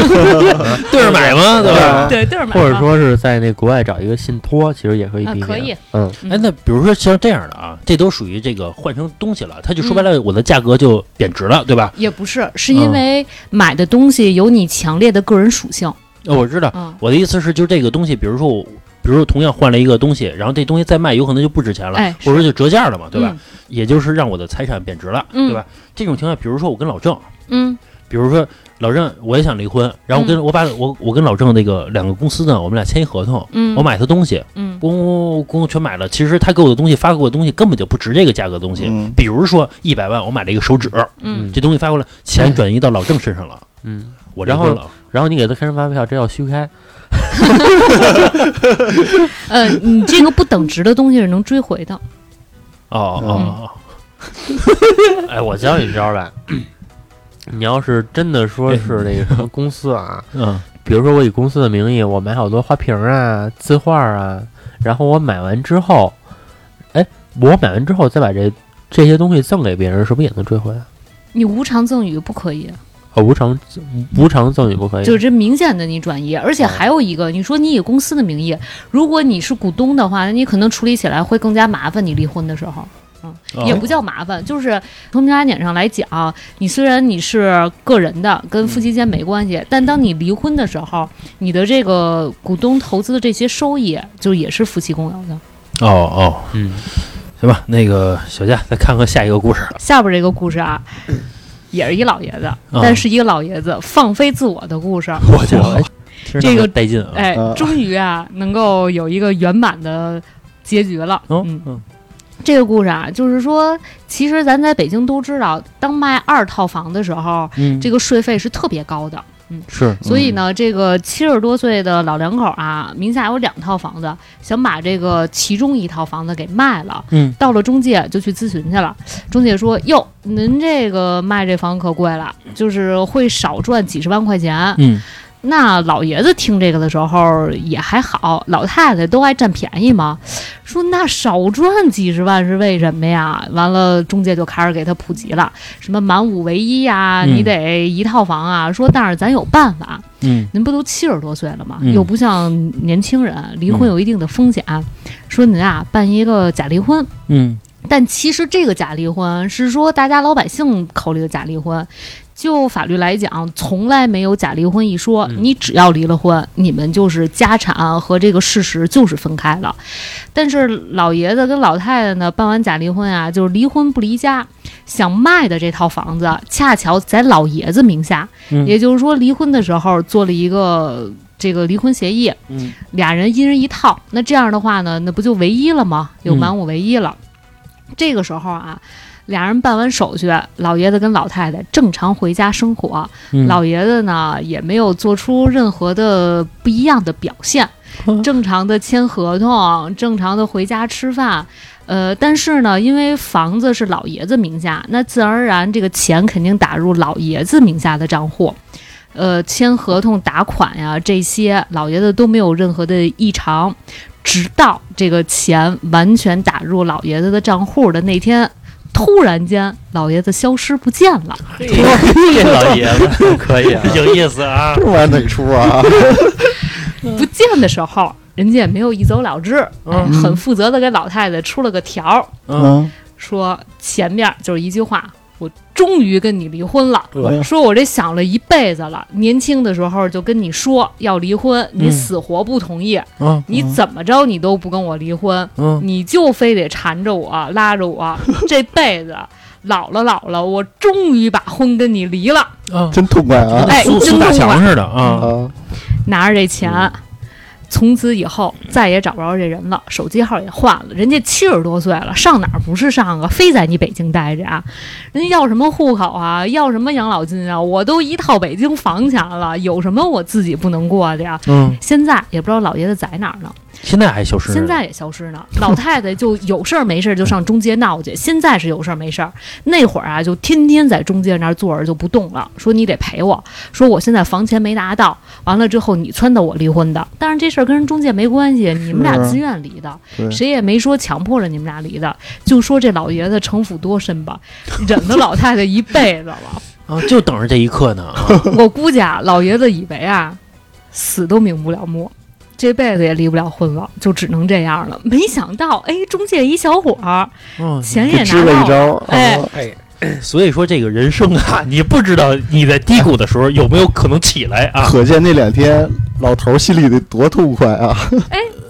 Speaker 1: 对着买嘛，对吧？
Speaker 4: 对，对着买嘛。
Speaker 5: 或者说是在那国外找一个信托，其实也可以
Speaker 4: 啊
Speaker 5: 避免。
Speaker 4: 可以
Speaker 5: 嗯，
Speaker 4: 嗯
Speaker 1: 哎，那比如说像这样的啊，这都属于这个换成东西了，它就说白了，我的价格就贬值了，对吧？
Speaker 4: 也不是，是因为买的东西有你强烈的个人属性
Speaker 1: 哦，我知道，
Speaker 4: 啊。
Speaker 1: 我的意思是，就这个东西，比如说我，比如说同样换了一个东西，然后这东西再卖，有可能就不值钱了，
Speaker 4: 哎
Speaker 1: 或者说就折价了嘛，对吧？
Speaker 4: 嗯
Speaker 1: 也就是让我的财产贬值了，
Speaker 4: 嗯
Speaker 1: 对吧？这种情况，比如说我跟老郑，
Speaker 4: 嗯
Speaker 1: 比如说老郑，我也想离婚，然后我跟、
Speaker 4: 嗯
Speaker 1: 我把我我跟老郑那个两个公司呢，我们俩签一合同，
Speaker 4: 嗯，
Speaker 1: 我买他东西，
Speaker 4: 嗯
Speaker 1: 咣咣咣咣全买了，其实他给我的东西发给我的东西根本就不值这个价格的东西。
Speaker 2: 嗯
Speaker 1: 比如说一百万，我买了一个手指，
Speaker 4: 嗯
Speaker 1: 这东西发过来，钱转移到老郑身上了，
Speaker 5: 嗯，
Speaker 1: 我
Speaker 5: 然后
Speaker 1: 离婚了
Speaker 5: 然后你给他开张发票，这要虚开，
Speaker 4: 呃，你这个不等值的东西是能追回的。
Speaker 1: 哦哦
Speaker 5: 嗯 哎，我教你一招吧。 你要是真的说是那个什么公司啊，
Speaker 1: 哦，嗯
Speaker 5: 比如说我以公司的名义，我买好多花瓶啊、字画啊，然后我买完之后，哎，我买完之后再把这这些东西赠给别人，是不是也能追回来？
Speaker 4: 你无偿赠与不可以，
Speaker 5: 哦，无偿无偿赠与不可以？嗯
Speaker 4: 就是这明显的你转移，而且还有一个，你说你以公司的名义，如果你是股东的话，那你可能处理起来会更加麻烦。你离婚的时候，
Speaker 1: 哦
Speaker 4: 嗯也不叫麻烦，就是从民法典上来讲，你虽然你是个人的，跟夫妻间没关系，但当你离婚的时候，你的这个股东投资的这些收益，就也是夫妻共有的。
Speaker 1: 哦哦，
Speaker 5: 嗯，
Speaker 1: 行吧，那个小佳，再看看下一个故事。
Speaker 4: 下边这个故事啊，也是一老爷子，
Speaker 5: 嗯
Speaker 4: 但是一个老爷子放飞自我的故事。
Speaker 1: 我去，听着
Speaker 4: 这个
Speaker 1: 带劲啊！
Speaker 4: 哎
Speaker 2: 啊，
Speaker 4: 终于啊，能够有一个圆满的结局了。嗯
Speaker 1: 嗯，嗯
Speaker 4: 这个故事啊，就是说，其实咱在北京都知道，当卖二套房的时候，
Speaker 1: 嗯，
Speaker 4: 这个税费是特别高的。嗯
Speaker 1: 是嗯
Speaker 4: 所以呢，这个七十多岁的老两口啊，名下有两套房子，想把这个其中一套房子给卖了。
Speaker 1: 嗯，
Speaker 4: 到了中介就去咨询去了。中介说：“哟，您这个卖这房可贵了，就是会少赚几十万块钱。”
Speaker 1: 嗯
Speaker 4: 那老爷子听这个的时候也还好，老太太都爱占便宜嘛，说那少赚几十万是为什么呀？完了，中介就开始给他普及了，什么满五唯一呀、
Speaker 1: 嗯
Speaker 4: 你得一套房啊。说但是咱有办法，
Speaker 1: 嗯
Speaker 4: 您不都七十多岁了吗？
Speaker 1: 嗯
Speaker 4: 又不像年轻人，离婚有一定的风险。说您啊办一个假离婚，
Speaker 1: 嗯
Speaker 4: 但其实这个假离婚是说大家老百姓口里的假离婚，就法律来讲，从来没有假离婚一说。
Speaker 5: 嗯
Speaker 4: 你只要离了婚，你们就是家产和这个事实就是分开了。但是老爷子跟老太太呢，办完假离婚啊，就是离婚不离家，想卖的这套房子恰巧在老爷子名下，
Speaker 1: 嗯
Speaker 4: 也就是说离婚的时候做了一个这个离婚协议，
Speaker 1: 嗯
Speaker 4: 俩人一人一套，那这样的话呢，那不就唯一了吗？
Speaker 1: 嗯
Speaker 4: 有满五唯一了。这个时候啊，俩人办完手续，老爷子跟老太太正常回家生活，
Speaker 1: 嗯，
Speaker 4: 老爷子呢也没有做出任何的不一样的表现，正常的签合同，正常的回家吃饭。呃，但是呢，因为房子是老爷子名下，那自然而然这个钱肯定打入老爷子名下的账户。呃，签合同、打款呀，这些老爷子都没有任何的异常，直到这个钱完全打入老爷子的账户的那天，突然间老爷子消失不见了。
Speaker 5: 这老爷 子可以啊，
Speaker 1: 有意思啊！
Speaker 2: 这玩意儿哪出啊？
Speaker 4: 不见的时候，人家也没有一走了之，哎
Speaker 1: 嗯
Speaker 4: 很负责的给老太太出了个条儿，
Speaker 2: 嗯，
Speaker 4: 说前面就是一句话：“我终于跟你离婚了。”
Speaker 2: 哎呀
Speaker 4: 说我这想了一辈子了，年轻的时候就跟你说要离婚，你
Speaker 1: 嗯
Speaker 4: 死活不同意，
Speaker 1: 嗯
Speaker 4: 你怎么着你都不跟我离婚，
Speaker 1: 嗯
Speaker 4: 你就非得缠着我，拉着我，这辈子老了老了，我终于把婚跟你离了。
Speaker 1: 啊，
Speaker 2: 真痛快啊！
Speaker 4: 嗯哎
Speaker 1: 苏
Speaker 4: 真嗯
Speaker 1: 苏大
Speaker 4: 痛快
Speaker 1: 强似的啊！
Speaker 2: 啊，
Speaker 4: 拿着这钱，从此以后再也找不着这人了，手机号也换了，人家七十多岁了，上哪儿不是上啊？非在你北京待着啊？人家要什么户口啊？要什么养老金啊？我都一套北京房钱了，有什么我自己不能过的呀？
Speaker 1: 嗯，
Speaker 4: 现在也不知道老爷子在哪儿呢，
Speaker 1: 现在还消失着呢？
Speaker 4: 现在也消失呢。老太太就有事儿没事儿就上中介闹去，现在是有事儿没事儿，那会儿啊就天天在中介那儿坐着就不动了，说你得赔我，说我现在房钱没拿到，完了之后你撺掇我离婚的。但是这事儿跟人中介没关系，你们俩
Speaker 2: 是啊
Speaker 4: 自愿离的，
Speaker 2: 对
Speaker 4: 谁也没说强迫着你们俩离的，就说这老爷子城府多深吧，忍了老太太一辈子了。
Speaker 1: 啊，就等着这一刻呢啊！
Speaker 4: 我估计啊，老爷子以为啊，死都瞑不了目，这辈子也离不了婚了，就只能这样了。没想到，哎，中介一小伙儿，
Speaker 1: 嗯，
Speaker 4: 钱
Speaker 2: 这
Speaker 4: 也
Speaker 2: 支
Speaker 4: 拿
Speaker 2: 了一
Speaker 4: 到了，
Speaker 2: 招，
Speaker 4: 哎
Speaker 2: 啊
Speaker 1: 所以说这个人生啊， 你不知道你在低谷的时候有没有可能起来啊？
Speaker 2: 可见那两天老头儿心里得多痛快啊！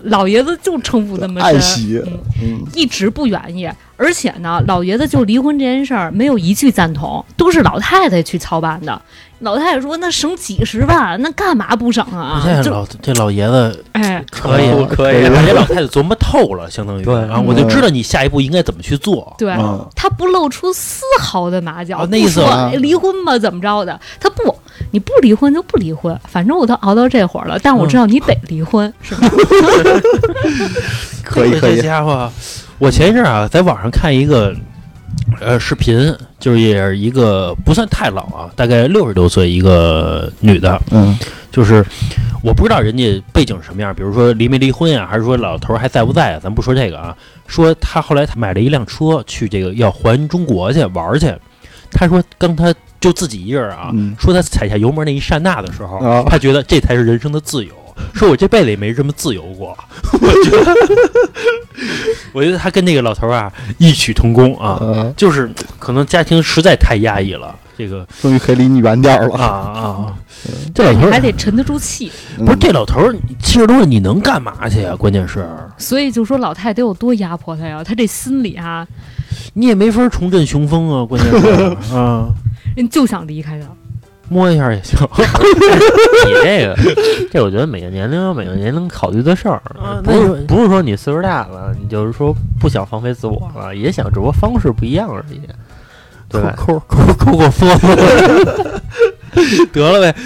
Speaker 4: 老爷子就城府那么
Speaker 2: 爱
Speaker 4: 深，
Speaker 2: 惜，嗯，
Speaker 4: 一直不愿意。而且呢，老爷子就离婚这件事儿没有一句赞同，都是老太太去操办的。老太太说：“那省几十万，那干嘛不省啊
Speaker 1: 现？”在
Speaker 4: 就
Speaker 1: 老这老爷子
Speaker 4: 哎，
Speaker 1: 可以
Speaker 2: 哦
Speaker 5: 可
Speaker 2: 以
Speaker 1: 把这老太太琢磨透了，相当于
Speaker 5: 对
Speaker 1: 然后我就知道你下一步应该怎么去做。
Speaker 4: 对，
Speaker 2: 嗯
Speaker 4: 他不露出丝毫的马脚，
Speaker 1: 哦那意思
Speaker 4: 不说
Speaker 2: 啊
Speaker 4: 哎离婚吧怎么着的，他不，你不离婚就不离婚，反正我都熬到这会儿了，但我知道你得离婚，是吧？
Speaker 2: 可以
Speaker 1: 这
Speaker 2: 可
Speaker 1: 这
Speaker 2: 以，
Speaker 1: 家伙，我前一阵儿啊，在网上看一个呃视频，就是也是一个不算太老啊，大概六十多岁一个女的，
Speaker 2: 嗯
Speaker 1: 就是我不知道人家背景是什么样，比如说离没离婚啊，还是说老头儿还在不在啊？咱不说这个啊，说他后来他买了一辆车去这个要环中国去玩儿去，他说刚他就自己一人儿啊，
Speaker 2: 嗯
Speaker 1: 说他踩下油门那一刹那的时候，
Speaker 2: 啊
Speaker 1: 他觉得这才是人生的自由。说我这辈子也没这么自由过， 我觉得，我觉得他跟那个老头儿啊异曲同工啊，
Speaker 2: 嗯，
Speaker 1: 就是可能家庭实在太压抑了，这个
Speaker 2: 终于可以离你远点儿
Speaker 1: 啊
Speaker 2: 了，
Speaker 1: 啊，这老头
Speaker 4: 你
Speaker 1: 儿
Speaker 4: 还得沉得住气，
Speaker 2: 嗯
Speaker 1: 不是这老头儿七十多岁，你能干嘛去啊？关键是
Speaker 4: 所以就说老太太得有多压迫他呀，他这心里啊，
Speaker 1: 你也没法重振雄风啊！关键是 啊，
Speaker 4: 人就想离开他。
Speaker 1: 摸一下也 行。
Speaker 5: 哎你这个，这我觉得每个年龄有每个年龄考虑的事儿
Speaker 1: 啊，
Speaker 5: 不
Speaker 1: 那
Speaker 5: 是
Speaker 1: 就
Speaker 5: 不是说你岁数大了，你就是说不想放飞自我了，也想，只不过方式不一样而已，对吧？
Speaker 1: 抠抠抠抠风，得了呗。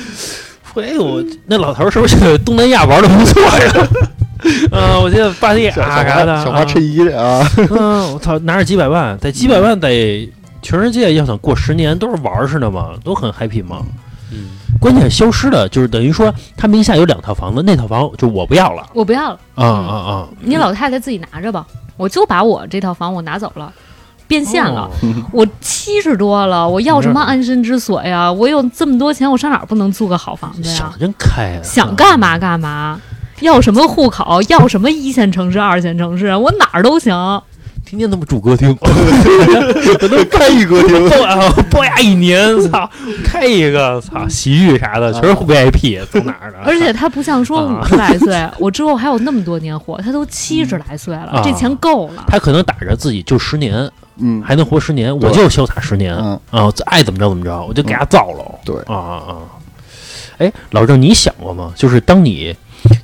Speaker 1: 哎呦，那老头儿是不是去东南亚玩的不错呀？ 嗯，我记得巴蒂亚
Speaker 2: 小小
Speaker 1: 啥的
Speaker 2: 花小花
Speaker 1: 啊，
Speaker 2: 衬衣这啊，
Speaker 1: 嗯，我操，拿着几百万，在几百万在全世界要想过十年，都是玩儿似的嘛，都很 happy 嘛。
Speaker 5: 嗯，
Speaker 1: 关键消失的就是等于说他名下有两套房子，那套房就我不要了。
Speaker 4: 我不要了，
Speaker 1: 啊啊啊！
Speaker 4: 你老太太自己拿着吧，我就把我这套房我拿走了，变现了。
Speaker 1: 哦
Speaker 4: 我七十多了，我要什么
Speaker 1: 没事
Speaker 4: 安身之所呀？我有这么多钱，我上哪儿不能租个好房子呀？
Speaker 1: 想得真开啊！
Speaker 4: 想干嘛干嘛，要什么户口，要什么一线城市、二线城市，我哪儿都行。
Speaker 1: 天天他妈住歌 厅，
Speaker 2: 开一个厅，
Speaker 1: 报啊报呀一年，操，开一个，
Speaker 5: 嗯
Speaker 1: 操，洗浴啥
Speaker 5: 啊
Speaker 1: 的全是 VIP，从哪儿的？
Speaker 4: 而且他不像说
Speaker 1: 啊
Speaker 4: 五十来岁，我之后还有那么多年活，他都七十来岁了
Speaker 1: 啊，
Speaker 4: 这钱够 了。
Speaker 1: 他可能打着自己就十年，
Speaker 2: 嗯
Speaker 1: 还能活十年，我就潇洒十年
Speaker 2: 嗯，
Speaker 1: 啊！我爱怎么着怎么着，我就给他造了。
Speaker 2: 对
Speaker 1: 啊啊啊！哎，老郑，你想过吗？就是当你，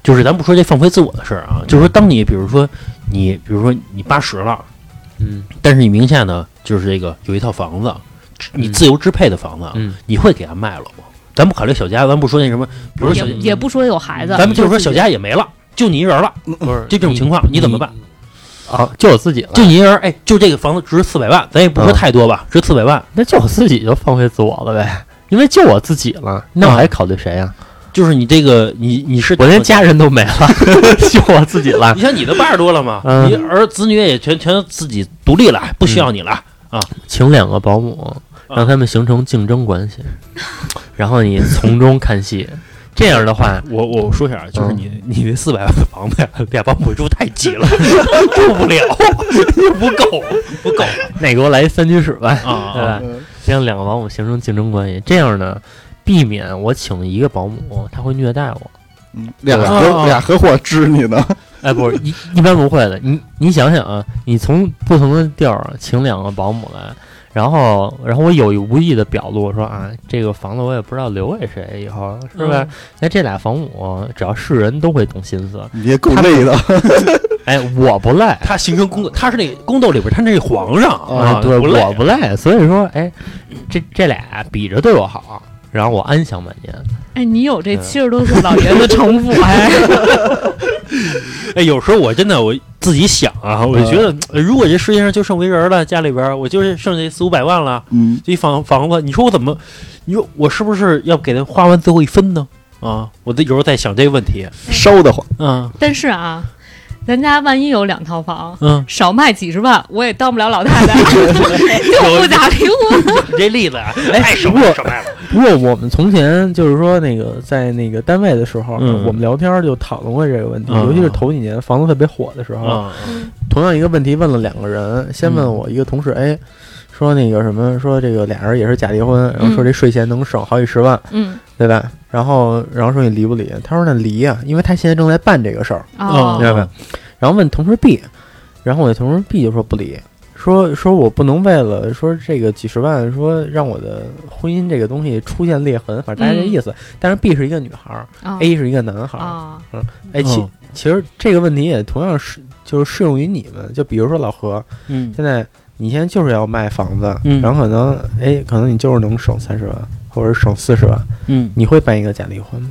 Speaker 1: 就是咱不说这放飞自我的事儿啊，就是说当你，比如说你，比如说你八十了，
Speaker 5: 嗯，
Speaker 1: 但是你名下呢，就是这个有一套房子，你
Speaker 5: 嗯
Speaker 1: 自由支配的房子，
Speaker 5: 嗯
Speaker 1: 你会给他卖了吗？咱不考虑小家，咱不说那什么，比如说
Speaker 4: 也
Speaker 1: 小，
Speaker 5: 嗯
Speaker 4: 也不说有孩子，
Speaker 1: 咱们就是说
Speaker 4: 自己
Speaker 1: 小家也没了，就你一人了，
Speaker 5: 不是
Speaker 1: 就这种情况你怎么办？
Speaker 5: 啊，就我自己了，
Speaker 1: 就你一人，哎，就这个房子值四百万，咱也不说
Speaker 5: 嗯
Speaker 1: 太多吧，值四百万，
Speaker 5: 那就我自己就放飞自我了呗，因为就我自己了，
Speaker 1: 啊
Speaker 5: 那我还考虑 谁呀？
Speaker 1: 就是你这个，你你是
Speaker 5: 我连，家人都没了， 就我自己了
Speaker 1: 你。像你都八十多了嘛，
Speaker 5: 嗯
Speaker 1: 你儿子子女也全全自己独立了，不需要你了，
Speaker 5: 请两个保姆，让他们形成竞争关系， 然后你从中看戏。这样的话，
Speaker 1: 我我说一下啊，就是
Speaker 5: 嗯
Speaker 1: 你、你那四百万的房子呀，俩保姆住太 挤了，住 不了，不够不够
Speaker 5: 那给我来一三居室吧，
Speaker 1: 啊
Speaker 5: 对
Speaker 1: 啊！
Speaker 5: 吧？让两个保姆形成竞争关系，这样呢，避免我请一个保姆，他会虐待我。
Speaker 2: 嗯俩
Speaker 1: 对
Speaker 2: 合俩合伙支你呢，
Speaker 5: 哎，不是一 一般不会的。你你想想啊，你从不同的地儿请两个保姆来，然后然后我有意无意的表露说啊，这个房子我也不知道留给谁，以后是吧？
Speaker 1: 嗯
Speaker 5: 那这俩保姆只要是人都会动心思。
Speaker 2: 你也够累的，
Speaker 5: 哎，我不赖，
Speaker 1: 他形成宫斗，他是那宫斗里边，他那皇上
Speaker 5: 啊，对，
Speaker 1: 不累
Speaker 5: 我不赖，所以说，哎，这这俩比着对我好，然后我安享晚年。
Speaker 4: 哎，你有这
Speaker 5: 嗯
Speaker 4: 七十多岁老爷 子城府哎，
Speaker 1: 哎，有时候我真的我自己想啊，
Speaker 5: 嗯
Speaker 1: 我就觉得、呃如果这世界上就剩我一人了，家里边儿我就是剩这四五百万了，
Speaker 2: 嗯，
Speaker 1: 这一房房子，你说我怎么，你说我是不是要给他花完最后一分呢？啊，我的有时候在想这个问题，
Speaker 2: 烧得慌，
Speaker 1: 嗯
Speaker 4: 但是啊，咱家万一有两套房，
Speaker 1: 嗯，
Speaker 4: 少卖几十万，我也当不了 老太太，就不咋离婚。
Speaker 1: 你这例子啊，
Speaker 5: 哎，
Speaker 1: 手
Speaker 5: 如果
Speaker 1: 手卖了，
Speaker 5: 不过我们从前就是说那个在那个单位的时候，
Speaker 1: 嗯
Speaker 5: 我们聊天就讨论过这个问题，
Speaker 1: 嗯
Speaker 5: 尤其是头几年房子特别火的时候，
Speaker 4: 嗯
Speaker 1: 啊，
Speaker 5: 同样一个问题问了两个人，先问我一个同事，哎，说那个什么，说这个俩人也是假离婚，然后说这税钱能省好几十万，
Speaker 4: 嗯
Speaker 5: 对吧？然后然后说你离不离？他说那离呀、因为他现在正在办这个事儿，
Speaker 4: 哦
Speaker 1: 嗯
Speaker 5: 明白吧？然后问同事 B，然后我的同事 B 就说不离，说说我不能为了说这个几十万，说让我的婚姻这个东西出现裂痕，反正大家这意思。但是 B 是一个女孩儿、
Speaker 1: 哎
Speaker 4: 嗯哦
Speaker 5: a 是一个男孩儿，
Speaker 4: 哦
Speaker 5: 哎，其、
Speaker 1: 嗯
Speaker 5: 其实这个问题也同样是就是适用于你们，就比如说老何，
Speaker 1: 嗯
Speaker 5: 现在你现在就是要卖房子，
Speaker 1: 嗯
Speaker 5: 然后可能哎，可能你就是能省三十万，或者省四十万，
Speaker 1: 嗯，
Speaker 5: 你会办一个假离婚吗？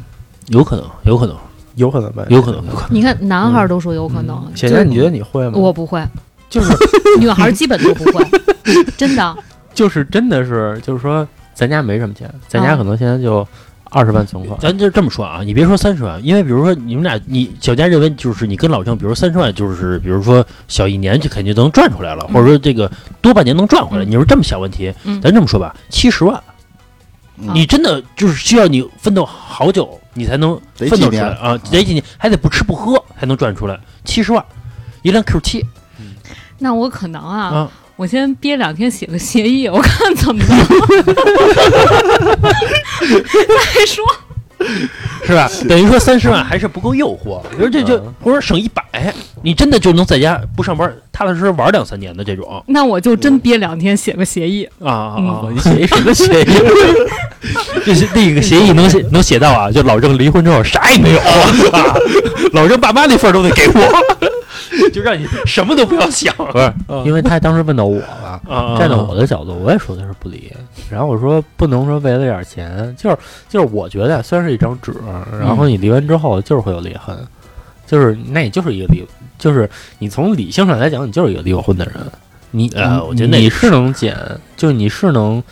Speaker 1: 有可能，有可能，
Speaker 5: 有可能办，
Speaker 1: 有可能，有可能。
Speaker 4: 你看男孩儿都说有可
Speaker 1: 嗯
Speaker 4: 能，
Speaker 5: 姐
Speaker 4: 就
Speaker 5: 姐，
Speaker 4: 是
Speaker 5: 你觉得你会吗？
Speaker 4: 我不会，
Speaker 5: 嗯 就是
Speaker 4: 女孩儿基本都不会，真的。
Speaker 5: 就是真的是，就是说咱家没什么钱，咱家
Speaker 4: 啊
Speaker 5: 可能现在就二十万存款，
Speaker 1: 咱就这么说啊，你别说三十万，因为比如说你们俩，你小佳认为就是你跟老郑，比如三十万，就是比如说小一年就肯定能赚出来了，或者说这个多半年能赚回来。
Speaker 4: 嗯
Speaker 1: 你说这么想问题，
Speaker 4: 嗯
Speaker 1: 咱这么说吧，七十万，
Speaker 2: 嗯
Speaker 1: 你真的就是需要你奋斗好久，你才能
Speaker 2: 得
Speaker 1: 奋斗
Speaker 2: 几
Speaker 1: 出
Speaker 2: 年
Speaker 1: 来啊，得几年，还得不吃不喝才能赚出来七十万，一辆 Q 七
Speaker 4: 那我可能啊，
Speaker 1: 啊，
Speaker 4: 我先憋两天写个协议，我看怎 么弄。再说，
Speaker 1: 是吧？等于说三十万还是不够诱惑，比如这就
Speaker 5: 嗯
Speaker 1: 或者省一百，你真的就能在家不上班，踏踏实实玩两三年的这种
Speaker 4: 那我就真憋两天写个协议。
Speaker 1: 啊啊
Speaker 4: 嗯
Speaker 1: 啊！你写一什么协议？这是那个协议能写能写到啊？就老郑离婚之后啥也没有啊，老郑爸妈那份儿都得给我， 就让你什么都不要想
Speaker 5: 不是，因为他当时问到我了。
Speaker 1: 啊！
Speaker 5: 站在我的角度，我也说的是不离。然后我说不能说为了点钱，就是就是我觉得啊虽然是一张纸，然
Speaker 1: 嗯
Speaker 5: 后你离完之后就是会有裂痕，就是那也就是一个离，就是你从理性上来讲，你就是一个离过婚的人。你
Speaker 1: 呃
Speaker 5: 你
Speaker 1: 我觉得那
Speaker 5: 你
Speaker 1: 也
Speaker 5: 是能减，就是你是能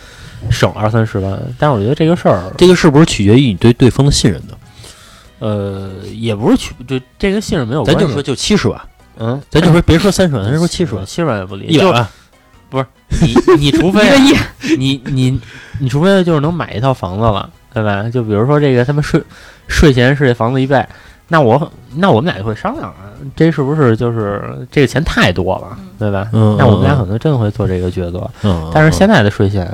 Speaker 5: 省二三十万，但是我觉得这个事儿，
Speaker 1: 这个是不是取决于你对对方的信任呢？
Speaker 5: 呃，也不是去就这个信任没有
Speaker 1: 咱
Speaker 5: 关系。
Speaker 1: 就说就七十万，
Speaker 5: 嗯，
Speaker 1: 咱就说别说三十万，咱说七 十万，
Speaker 5: 七十万也不离，
Speaker 1: 一百
Speaker 5: 就
Speaker 1: 万，
Speaker 5: 你你除非
Speaker 4: 一个亿，
Speaker 5: 你你你除非就是能买一套房子了，对吧？就比如说这个他们税税前是这房子一倍，那我那我们俩就会商量啊，这是不是就是这个钱太多了，对吧？
Speaker 1: 嗯，
Speaker 5: 那我们俩可能真的会做这个抉择，
Speaker 1: 嗯，
Speaker 5: 但是现在的税前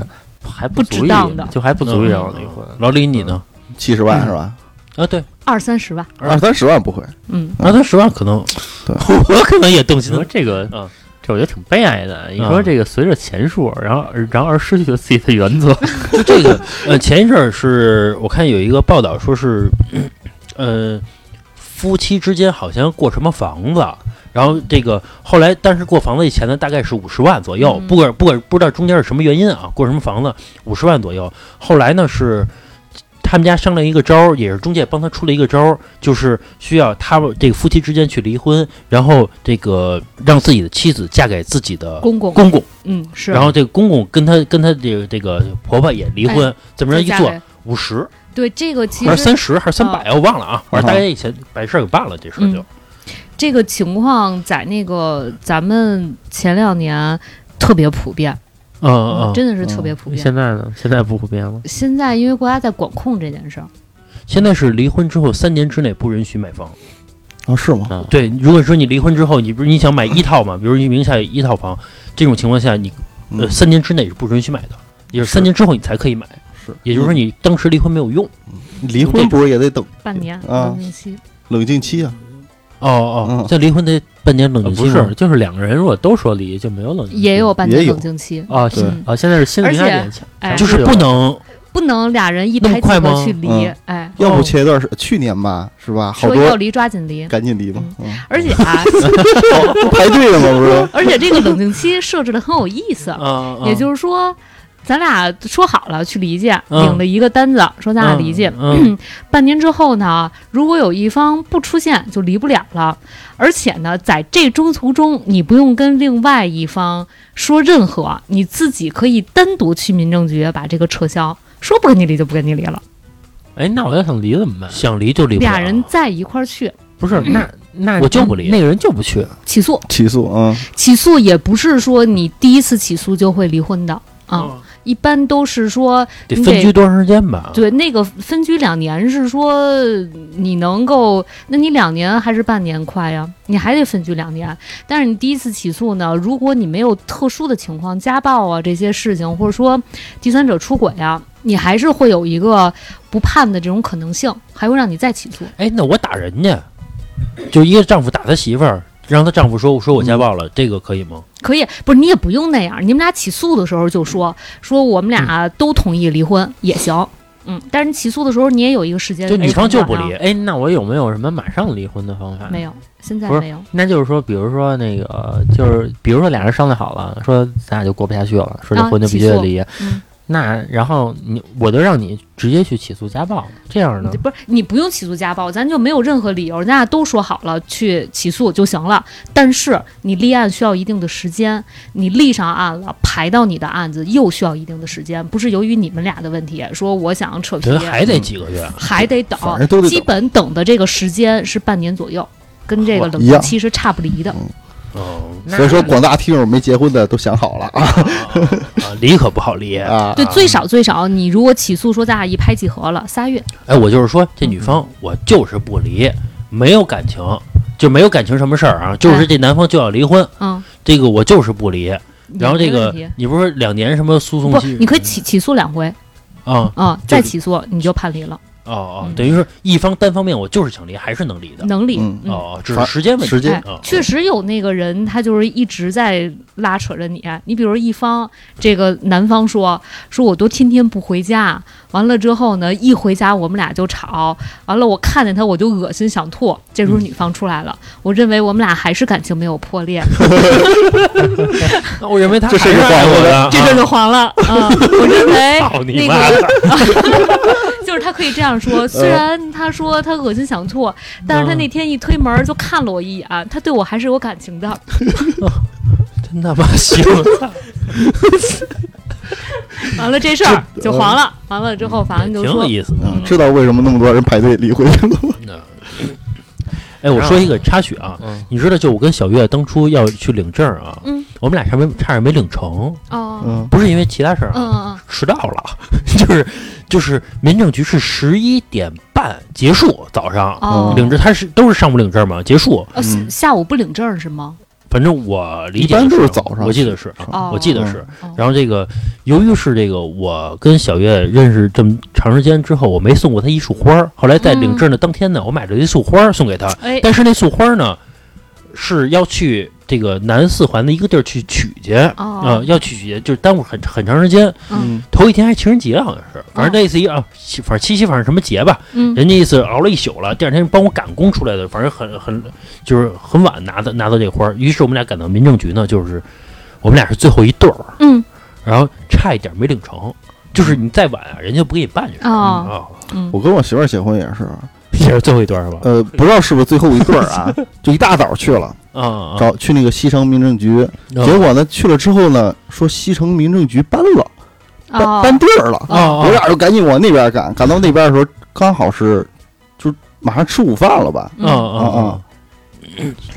Speaker 5: 还不
Speaker 4: 不
Speaker 5: 足
Speaker 4: 值
Speaker 5: 以
Speaker 4: 当的，
Speaker 5: 就还不足以让我离婚。
Speaker 1: 嗯老李你呢？
Speaker 2: 七十万是吧？
Speaker 1: 啊，对，
Speaker 4: 二三十吧，
Speaker 2: 嗯二三十万不会，
Speaker 4: 嗯，
Speaker 1: 啊，他十万可能，
Speaker 2: 对
Speaker 1: 我可能也动
Speaker 5: 你
Speaker 1: 心
Speaker 5: 说
Speaker 1: 了。
Speaker 5: 这个
Speaker 1: 嗯，
Speaker 5: 这我觉得挺悲哀的。你说这个随着钱数，然后而然后而失去了自己的原则，
Speaker 1: 就这个，呃，前一阵儿是我看有一个报道说是，呃，夫妻之间好像过什么房子。然后这个后来，但是过房子的钱呢，大概是五十万左右，
Speaker 4: 嗯
Speaker 1: 不管不管不知道中间是什么原因啊，过什么房子五十万左右。后来呢是他们家商量一个招儿，也是中介帮他出了一个招儿，就是需要他们这个夫妻之间去离婚，然后这个让自己的妻子嫁给自己的
Speaker 4: 公公，
Speaker 1: 公公，
Speaker 4: 嗯是。
Speaker 1: 然后这个公公跟他跟他这个这个婆婆也离
Speaker 4: 哎
Speaker 1: 婚，怎么着
Speaker 4: 再
Speaker 1: 一
Speaker 4: 加
Speaker 1: 做
Speaker 4: 呗
Speaker 1: 五十
Speaker 4: 对这个其
Speaker 1: 还是
Speaker 4: 实嗯
Speaker 1: 三十还是三百、我忘了
Speaker 5: 嗯
Speaker 1: 啊，反正大概以前把事儿给办了，这事儿就、
Speaker 4: 这个情况在那个咱们前两年特别普遍，
Speaker 1: 嗯嗯嗯。
Speaker 4: 真的是特别普遍。
Speaker 5: 现在呢？现在不普遍了。
Speaker 4: 现在因为国家在管控这件事儿，
Speaker 1: 现在是离婚之后三年之内不允许买房。
Speaker 2: 啊是吗？
Speaker 5: 嗯
Speaker 1: 对，如果说你离婚之后，你不是你想买一套 嘛，比如你名下有一套房，这种情况下你呃
Speaker 2: 嗯
Speaker 1: 三年之内是不允许买的，也就是三年之后你才可以买。
Speaker 2: 是，
Speaker 1: 也就是说，你当时离婚没有用。
Speaker 2: 离婚不是也得等
Speaker 4: 半年
Speaker 2: 啊
Speaker 4: 冷静期，
Speaker 2: 冷静期啊？
Speaker 1: 哦
Speaker 2: 嗯
Speaker 1: 哦，像离婚得半年冷
Speaker 5: 呃
Speaker 1: 静期
Speaker 5: 不
Speaker 1: 吗、
Speaker 5: 是，就是两个人如果都说离，就没有冷静期
Speaker 4: 也有半年
Speaker 2: 也有
Speaker 4: 冷静期，
Speaker 1: 哦
Speaker 5: 啊，现
Speaker 4: 嗯
Speaker 5: 啊，现在是心理
Speaker 4: 而
Speaker 5: 压
Speaker 4: 且
Speaker 5: 点强，
Speaker 4: 哎，
Speaker 1: 就是不能
Speaker 4: 不能俩人一
Speaker 1: 那么
Speaker 4: 拍即
Speaker 1: 快
Speaker 4: 合
Speaker 1: 吗
Speaker 4: 去离，
Speaker 2: 嗯
Speaker 4: 哎，
Speaker 2: 要不前一段是去年吧，是吧？好
Speaker 4: 说要
Speaker 2: 多
Speaker 4: 离抓紧离。
Speaker 2: 赶紧离吧，嗯
Speaker 4: 而且 啊，，
Speaker 2: 哦不排队了 吗？不是
Speaker 4: 而且这个冷静期设置的很有意思，
Speaker 1: 啊，
Speaker 4: 也就是说，咱俩说好了去离去，
Speaker 1: 嗯
Speaker 4: 领了一个单子，说咱俩离去。
Speaker 1: 嗯
Speaker 4: 半年之后呢，如果有一方不出现，就离不了了。而且呢，在这中途中，你不用跟另外一方说任何，你自己可以单独去民政局把这个撤销。说不跟你离就不跟你离了，
Speaker 5: 哎，那我要想离怎么办？
Speaker 1: 想离就离不了。
Speaker 4: 俩人在一块儿去
Speaker 5: 不是，那那
Speaker 1: 我就不离
Speaker 5: 那个人就不去，
Speaker 4: 起诉，
Speaker 2: 起诉啊，
Speaker 4: 起诉也不是说你第一次起诉就会离婚的啊。
Speaker 1: 嗯
Speaker 4: 一般都是说
Speaker 1: 得
Speaker 4: 你
Speaker 1: 分
Speaker 4: 得
Speaker 1: 居多长时间吧？
Speaker 4: 对，那个分居两年是说你能够，那你两年还是半年快呀？你还得分居两年。但是你第一次起诉呢，如果你没有特殊的情况，家暴啊这些事情，或者说第三者出轨啊，你还是会有一个不判的这种可能性，还会让你再起诉。
Speaker 1: 哎，那我打人家，就是一个丈夫打他媳妇儿，让他丈夫说说我
Speaker 2: 嗯
Speaker 1: 家暴了，这个可以吗？
Speaker 4: 可以，不是你也不用那样，你们俩起诉的时候就说说我们俩
Speaker 1: 嗯
Speaker 4: 都同意离婚、也行。嗯，但是你起诉的时候你也有一个时间，
Speaker 1: 就女
Speaker 4: 哎
Speaker 1: 方就不
Speaker 4: 成
Speaker 1: 离啊
Speaker 4: 长啊，
Speaker 5: 哎，那我有没有什么马上离婚的方法？
Speaker 4: 没有，现在
Speaker 5: 不是
Speaker 4: 没有。
Speaker 5: 那就是说，比如说那个，就是比如说俩人商量好了，说咱俩就过不下去了，说这
Speaker 4: 啊
Speaker 5: 婚就必须
Speaker 4: 起
Speaker 5: 得
Speaker 4: 诉
Speaker 5: 离。
Speaker 4: 嗯
Speaker 5: 那然后你我就让你直接去起诉家暴，这样呢？
Speaker 4: 不是你不用起诉家暴，咱就没有任何理由，咱俩都说好了去起诉就行了。但是你立案需要一定的时间，你立上案了，排到你的案子又需要一定的时间，不是由于你们俩的问题，说我想扯皮
Speaker 1: 觉，得还
Speaker 2: 嗯
Speaker 1: 得几个月。
Speaker 4: 还得等
Speaker 2: 反正都得等
Speaker 4: 基本等的这个时间是半年左右，跟这个冷
Speaker 2: 一样嗯
Speaker 4: 静期是差不离的。
Speaker 1: 哦，
Speaker 5: 那
Speaker 2: 所以说，广大听友没结婚的都想好了啊
Speaker 1: 啊，离可不好离。
Speaker 2: 啊！
Speaker 4: 对，最少最少，你如果起诉说咱俩一拍即合了，仨月，
Speaker 1: 哎，我就是说，这女
Speaker 2: 嗯
Speaker 1: 方我就是不离，没有感情，就没有感情什么事儿啊，
Speaker 4: 哎
Speaker 1: 就是这男方就要离婚，
Speaker 4: 嗯，
Speaker 1: 这个我就是不离。然后这
Speaker 4: 没问
Speaker 1: 个
Speaker 4: 题
Speaker 1: 你不是两年什么诉讼
Speaker 4: 不
Speaker 1: 期？，
Speaker 4: 你可以起起诉两回
Speaker 1: 啊
Speaker 4: 啊、
Speaker 1: 就
Speaker 4: 再
Speaker 1: 是
Speaker 4: 起诉你就判离了，
Speaker 1: 哦哦
Speaker 4: 嗯，
Speaker 1: 等于是一方单方面我就是想离，还是能离的。
Speaker 4: 能离。
Speaker 2: 嗯
Speaker 4: 嗯
Speaker 1: 哦，只是时间问题。
Speaker 2: 时间
Speaker 1: 啊
Speaker 4: 哎确实有那个人，他就是一直在拉扯着你。你比如一方这个男方说说我都天天不回家，完了之后呢，一回家我们俩就吵，完了我看见他我就恶心想吐。这时候女方出来了，我认为我们俩还是感情没有破裂，
Speaker 1: 那我认为他
Speaker 2: 这
Speaker 1: 还
Speaker 2: 是
Speaker 1: 是
Speaker 2: 个
Speaker 1: 爱哎
Speaker 2: 谎
Speaker 1: 我
Speaker 2: 话
Speaker 1: 的，
Speaker 4: 这阵就黄 了。嗯，我认为
Speaker 1: 啊操你
Speaker 4: 那
Speaker 1: 妈嗯
Speaker 4: 个 就是他可以这样说，虽然他说他恶心想吐，但是他那天一推门就看了我一眼，他对我还是有感情的。
Speaker 1: 真他妈行！
Speaker 4: 完了这事儿就黄了，完了之后法官就
Speaker 1: 挺
Speaker 4: 说
Speaker 1: 有意思的。
Speaker 2: 嗯知道为什么那么多人排队离婚了吗？
Speaker 1: 哎，我说一个插曲啊，
Speaker 5: 嗯，
Speaker 1: 你知道，就我跟小月当初要去领证啊，
Speaker 4: 嗯
Speaker 1: 我们俩差点差点没领成，
Speaker 4: 哦，
Speaker 2: 嗯，
Speaker 1: 不是因为其他事儿
Speaker 4: 嗯
Speaker 1: 啊，
Speaker 4: 嗯
Speaker 1: 迟到了， 就是就是民政局是十一点半结束，早上、
Speaker 4: 嗯哦，
Speaker 1: 领证，他是都是上午领证嘛，结束，
Speaker 4: 哦下下午不领证是吗？
Speaker 1: 反正我理
Speaker 2: 一
Speaker 1: 解
Speaker 2: 般都
Speaker 1: 是
Speaker 2: 是早上，
Speaker 1: 我记得是啊，
Speaker 4: 哦，
Speaker 1: 我记得是。
Speaker 4: 哦
Speaker 1: 然后这个，由于是这个，我跟小月认识这么长时间之后，我没送过她一束花儿。后来在
Speaker 4: 嗯
Speaker 1: 领证的当天呢，我买了一束花儿送给她，
Speaker 4: 哎，
Speaker 1: 但是那束花儿呢，是要去这个南四环的一个地儿去取去，啊、
Speaker 4: 哦，
Speaker 1: 要去取去，就是耽误很很长时间。
Speaker 2: 嗯，
Speaker 1: 头一天还情人节好像是，反正类似于啊，七反正七夕反正什么节吧，
Speaker 4: 嗯，
Speaker 1: 人家意思熬了一宿了，第二天帮我赶工出来的，反正很很就是很晚拿到拿到这花儿。于是我们俩赶到民政局呢，就是我们俩是最后一对儿，
Speaker 4: 嗯，
Speaker 1: 然后差一点没领成。就是你再晚啊，人家就不给你办这事儿
Speaker 4: 哦
Speaker 1: 啊，
Speaker 4: 嗯
Speaker 2: 我跟我媳妇儿结婚也是，
Speaker 1: 也是最后一对儿是吧？
Speaker 2: 呃，不知道是不是最后一对儿 啊，就一大早去了，
Speaker 1: 啊啊，哦啊
Speaker 2: 找去那个西城民政局，结果呢去了之后呢，说西城民政局搬了，搬
Speaker 4: 哦
Speaker 2: 搬地儿了，
Speaker 1: 啊
Speaker 2: 我
Speaker 1: 啊
Speaker 2: 俩就赶紧往那边赶，赶到那边的时候刚好是就马上吃午饭了吧？
Speaker 1: 啊
Speaker 4: 嗯
Speaker 1: 啊啊
Speaker 2: 啊！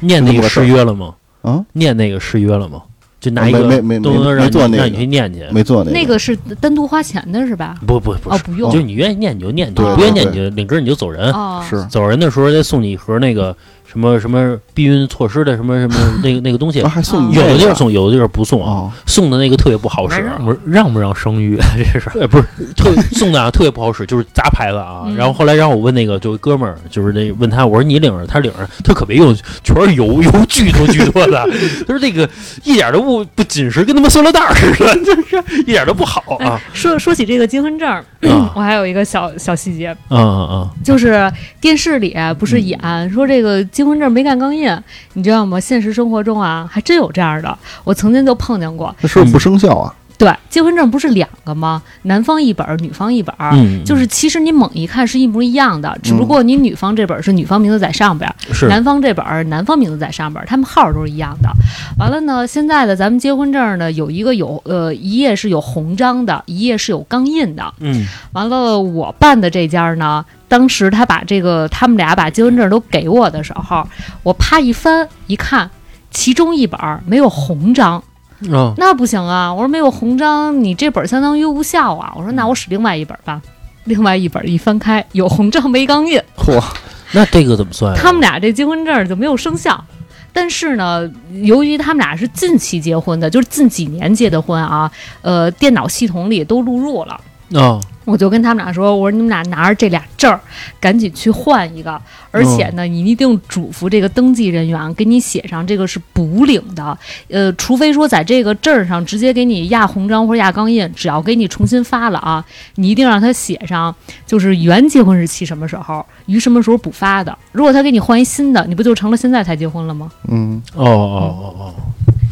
Speaker 1: 念那个誓约了吗？
Speaker 2: 啊，
Speaker 1: 念那个誓约了吗？就拿一
Speaker 2: 没
Speaker 1: 个
Speaker 2: 没没没
Speaker 1: 东东让
Speaker 2: 没做
Speaker 1: 你
Speaker 2: 那个
Speaker 1: 让你去念去，
Speaker 2: 没做
Speaker 4: 那个是单独花钱的是吧？
Speaker 1: 不不不
Speaker 4: 哦，
Speaker 1: 是，
Speaker 4: 不用
Speaker 1: 就是你愿意念你就念，你
Speaker 2: 对
Speaker 1: 不愿意
Speaker 2: 对
Speaker 1: 念你就领证你就走人。
Speaker 4: 哦，
Speaker 2: 是
Speaker 1: 走人的时候再送你一盒那个什么什么避孕措施的什么什么那个那个东西
Speaker 2: 啊，，还送你
Speaker 1: 有的地
Speaker 2: 那
Speaker 1: 儿
Speaker 2: 个
Speaker 1: 送，有的地儿不送啊，
Speaker 2: 哦，
Speaker 1: 送的那个特别不好
Speaker 5: 那
Speaker 1: 使。
Speaker 5: 让不让不让生育？这是
Speaker 1: 呃，不是特送的啊，特别不好使，就是杂牌子啊
Speaker 4: 嗯。
Speaker 1: 然后后来让我问那个，就哥们儿，就是那问他，我说你领着，他领着，他可没用，全是油油巨多巨多的。 他说这个一点都不不紧实，跟他妈塑料袋儿似的， 就是一点都不好啊。
Speaker 4: 说说起这个结婚证儿，
Speaker 1: 啊
Speaker 4: 我还有一个小小细节，
Speaker 1: 啊啊
Speaker 4: 就是电视里啊不是演、说这个结婚证没干钢印，你知道吗？现实生活中啊，还真有这样的，我曾经就碰见过。
Speaker 2: 那是不是不生效啊？
Speaker 4: 对，结婚证不是两个吗？男方一本儿，女方一本儿。
Speaker 1: 啊！嗯，
Speaker 4: 就是其实你猛一看是一模一样的，只不过你女方这本儿是女方名字在上边儿，
Speaker 1: 是
Speaker 4: 男方这本儿男方名字在上边儿，他们号儿都是一样的。完了呢，现在的咱们结婚证儿呢，有一个有呃一页是有红章的，一页是有钢印的。
Speaker 1: 嗯
Speaker 4: 完了，我办的这家呢，当时他把这个他们俩把结婚证都给我的时候，我啪一翻一看，其中一本儿没有红章，
Speaker 1: 啊
Speaker 4: 那不行啊！我说没有红章，你这本儿相当于无效啊！我说那我使另外一本儿吧。另外一本儿一翻开，有红章没钢印，
Speaker 2: 嚯，
Speaker 1: 那这个怎么算啊呀？
Speaker 4: 他们俩这结婚证儿就没有生效。但是呢，由于他们俩是近期结婚的，就是近几年结的婚啊，呃，电脑系统里都录入了。
Speaker 1: 啊
Speaker 4: 我就跟他们俩说：“我说你们俩拿着这俩证儿，赶紧去换一个。而且呢，你一定嘱咐这个登记人员给你写上这个是补领的，呃，除非说在这个证儿上直接给你压红章或者压钢印，只要给你重新发了啊，你一定让他写上就是原结婚日期什么时候，于什么时候补发的。如果他给你换一新的，你不就成了现在才结婚了吗？
Speaker 2: 嗯，
Speaker 1: 哦哦哦哦，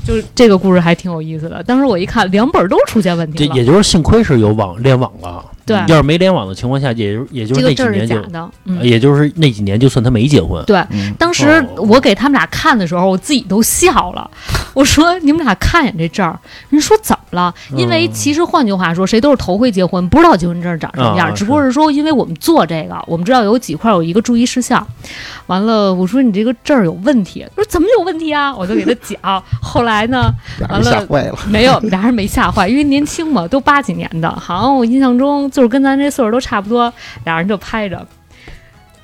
Speaker 4: 就是这个故事还挺有意思的。当时我一看，两本儿都出现问
Speaker 1: 这
Speaker 4: 题了，
Speaker 1: 也就是幸亏是有网联网了，
Speaker 4: 对
Speaker 1: 要是没联网的情况下，也就也就
Speaker 4: 这
Speaker 1: 是
Speaker 4: 个
Speaker 1: 那几
Speaker 4: 证儿是
Speaker 1: 年
Speaker 4: 假
Speaker 1: 就，
Speaker 4: 的，嗯。”
Speaker 1: 也就是那几年就算他没结婚，
Speaker 4: 对
Speaker 2: 嗯，
Speaker 4: 当时我给他们俩看的时候，我自己都笑了。我说：“你们俩看一眼这证儿。”人说：“怎么了？”因为其实换句话说，谁都是头回结婚，不知道结婚证长什么
Speaker 1: 啊
Speaker 4: 样，只不过
Speaker 1: 是
Speaker 4: 是说，因为我们做这个，我们知道有几块有一个注意事项。完了，我说你这个证儿有问题。他说怎么有问题啊？我就给他讲。后来呢，
Speaker 2: 俩
Speaker 4: 完
Speaker 2: 人
Speaker 4: 了
Speaker 2: 吓坏了，
Speaker 4: 没有，俩人没吓坏，因为年轻嘛，都八几年的，好像我印象中就是跟咱这岁数都差不多，俩人就拍着。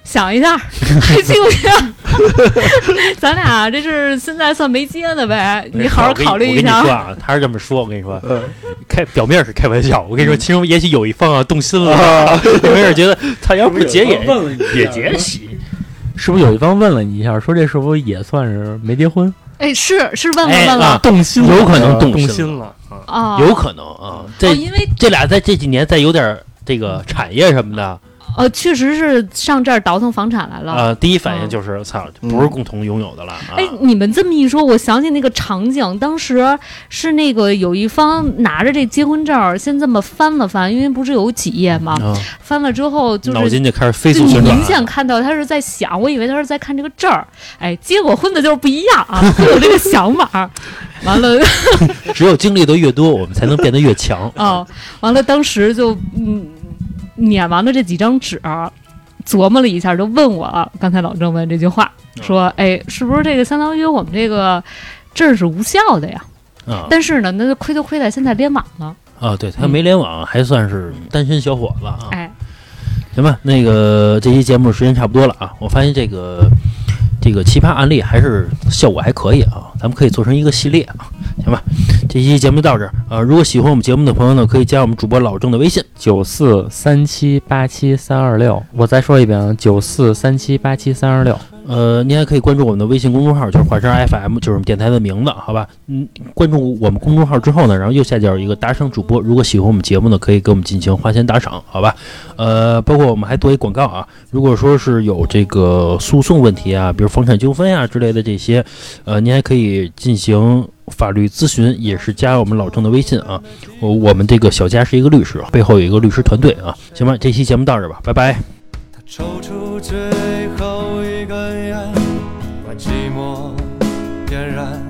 Speaker 4: 想一下，还记不记得？咱俩这是现在算没结呢呗？你好好考虑
Speaker 1: 我
Speaker 4: 一
Speaker 1: 跟你
Speaker 4: 下
Speaker 1: 说。啊，他是这么说，我跟你说，
Speaker 2: 嗯
Speaker 1: 开表面是开玩笑，我跟你说，其中也许有一方啊动心了，有 没有觉得他要不结也也结 喜？
Speaker 3: 是不是有一方问了你一下，说这是不是也算是没结婚？
Speaker 4: 哎，是是，问
Speaker 1: 哎
Speaker 4: 问问
Speaker 1: 啊
Speaker 4: 了
Speaker 3: 动心
Speaker 1: 有可能动
Speaker 3: 动
Speaker 1: 心
Speaker 3: 了，
Speaker 4: 啊，
Speaker 1: 有可能啊，
Speaker 4: 哦，
Speaker 1: 这
Speaker 4: 因为
Speaker 1: 这俩在这几年再有点儿这个产业什么的，
Speaker 4: 呃，确实是上这儿倒腾房产来了。
Speaker 1: 啊，第一反应就是操，不是共同拥有的了啊
Speaker 4: 哎！，你们这么一说，我想起那个场景，当时是那个有一方拿着这结婚证儿，先这么翻了翻，因为不是有几页吗？
Speaker 1: 啊
Speaker 4: 翻了之后就
Speaker 1: 脑
Speaker 4: 是
Speaker 1: 筋就开始飞
Speaker 4: 就
Speaker 1: 速
Speaker 4: 你
Speaker 1: 旋转
Speaker 4: 明显看到他是在想，我以为他是在看这个证儿，哎，结果婚的就是不一样啊，会有这个想法儿。完了，。
Speaker 1: 啊，只有经历的越多，我们才能变得越强
Speaker 4: 哦，完了，当时就嗯，捻完了这几张纸儿，琢磨了一下，就问我刚才老郑问这句话，
Speaker 1: 嗯
Speaker 4: 说，哎，是不是这个相当于我们这个证儿是无效的呀？
Speaker 1: 啊
Speaker 4: 但是呢，那就亏就亏在现在联网了，
Speaker 1: 啊，对他没联网，还算是单身小伙子啊。
Speaker 4: 哎，
Speaker 1: 行吧，那个这期节目时间差不多了啊，我发现这个这个奇葩案例还是效果还可以啊，咱们可以做成一个系列啊，行吧，这期节目就到这儿啊、呃如果喜欢我们节目的朋友呢，可以加我们主播老郑的微信。
Speaker 3: 九四三七八七三二六，我再说一遍啊，九四三七八七三二六。
Speaker 1: 呃，您还可以关注我们的微信公众号，就是华山 FM，就是我们电台的名字，好吧？嗯，关注我们公众号之后呢，然后右下角有一个打赏主播，如果喜欢我们节目呢，可以给我们进行花钱打赏，好吧？呃，包括我们还做一广告啊，如果说是有这个诉讼问题啊，比如房产纠纷啊之类的这些，呃，您还可以进行。法律咨询也是加我们老郑的微信啊，我我们这个小佳是一个律师，背后有一个律师团队啊，行吧，这期节目到这儿吧，拜拜。
Speaker 6: 他抽出最后一根烟，把寂寞点燃。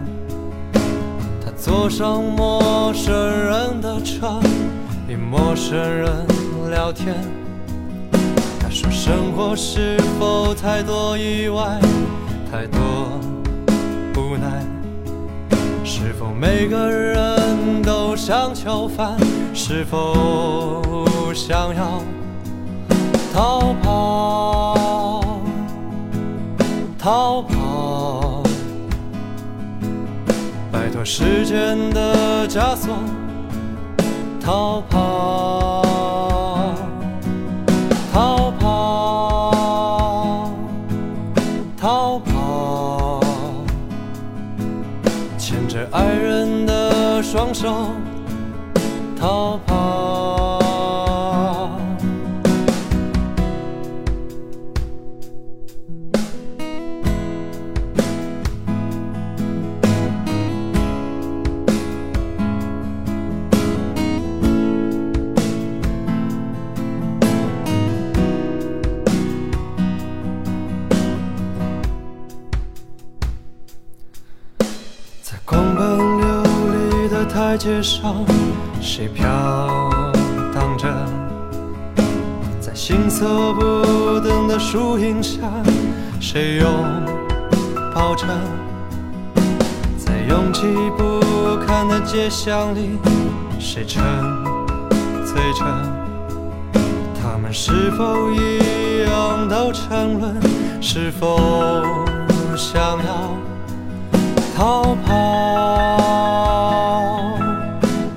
Speaker 6: 他坐上陌生人的车，与陌生人聊天。他说生活是否太多意外，太多无奈。是否每个人都想囚犯？是否想要逃跑，逃跑，摆脱时间的枷锁，逃跑，逃跑，逃跑，牵着爱人的双手，逃跑。在光奔流离的台阶上，谁飘荡着？在行色不等的树荫下，谁拥抱着？在在拥挤不堪的街巷里，谁沉醉着？他们是否一样都沉沦？是否想要逃跑？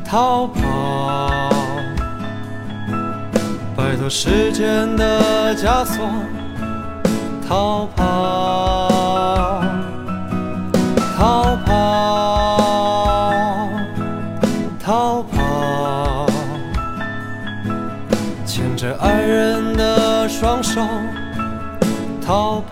Speaker 6: 逃跑！摆脱时间的枷锁，逃跑，逃跑，逃跑，牵着爱人的双手，逃跑，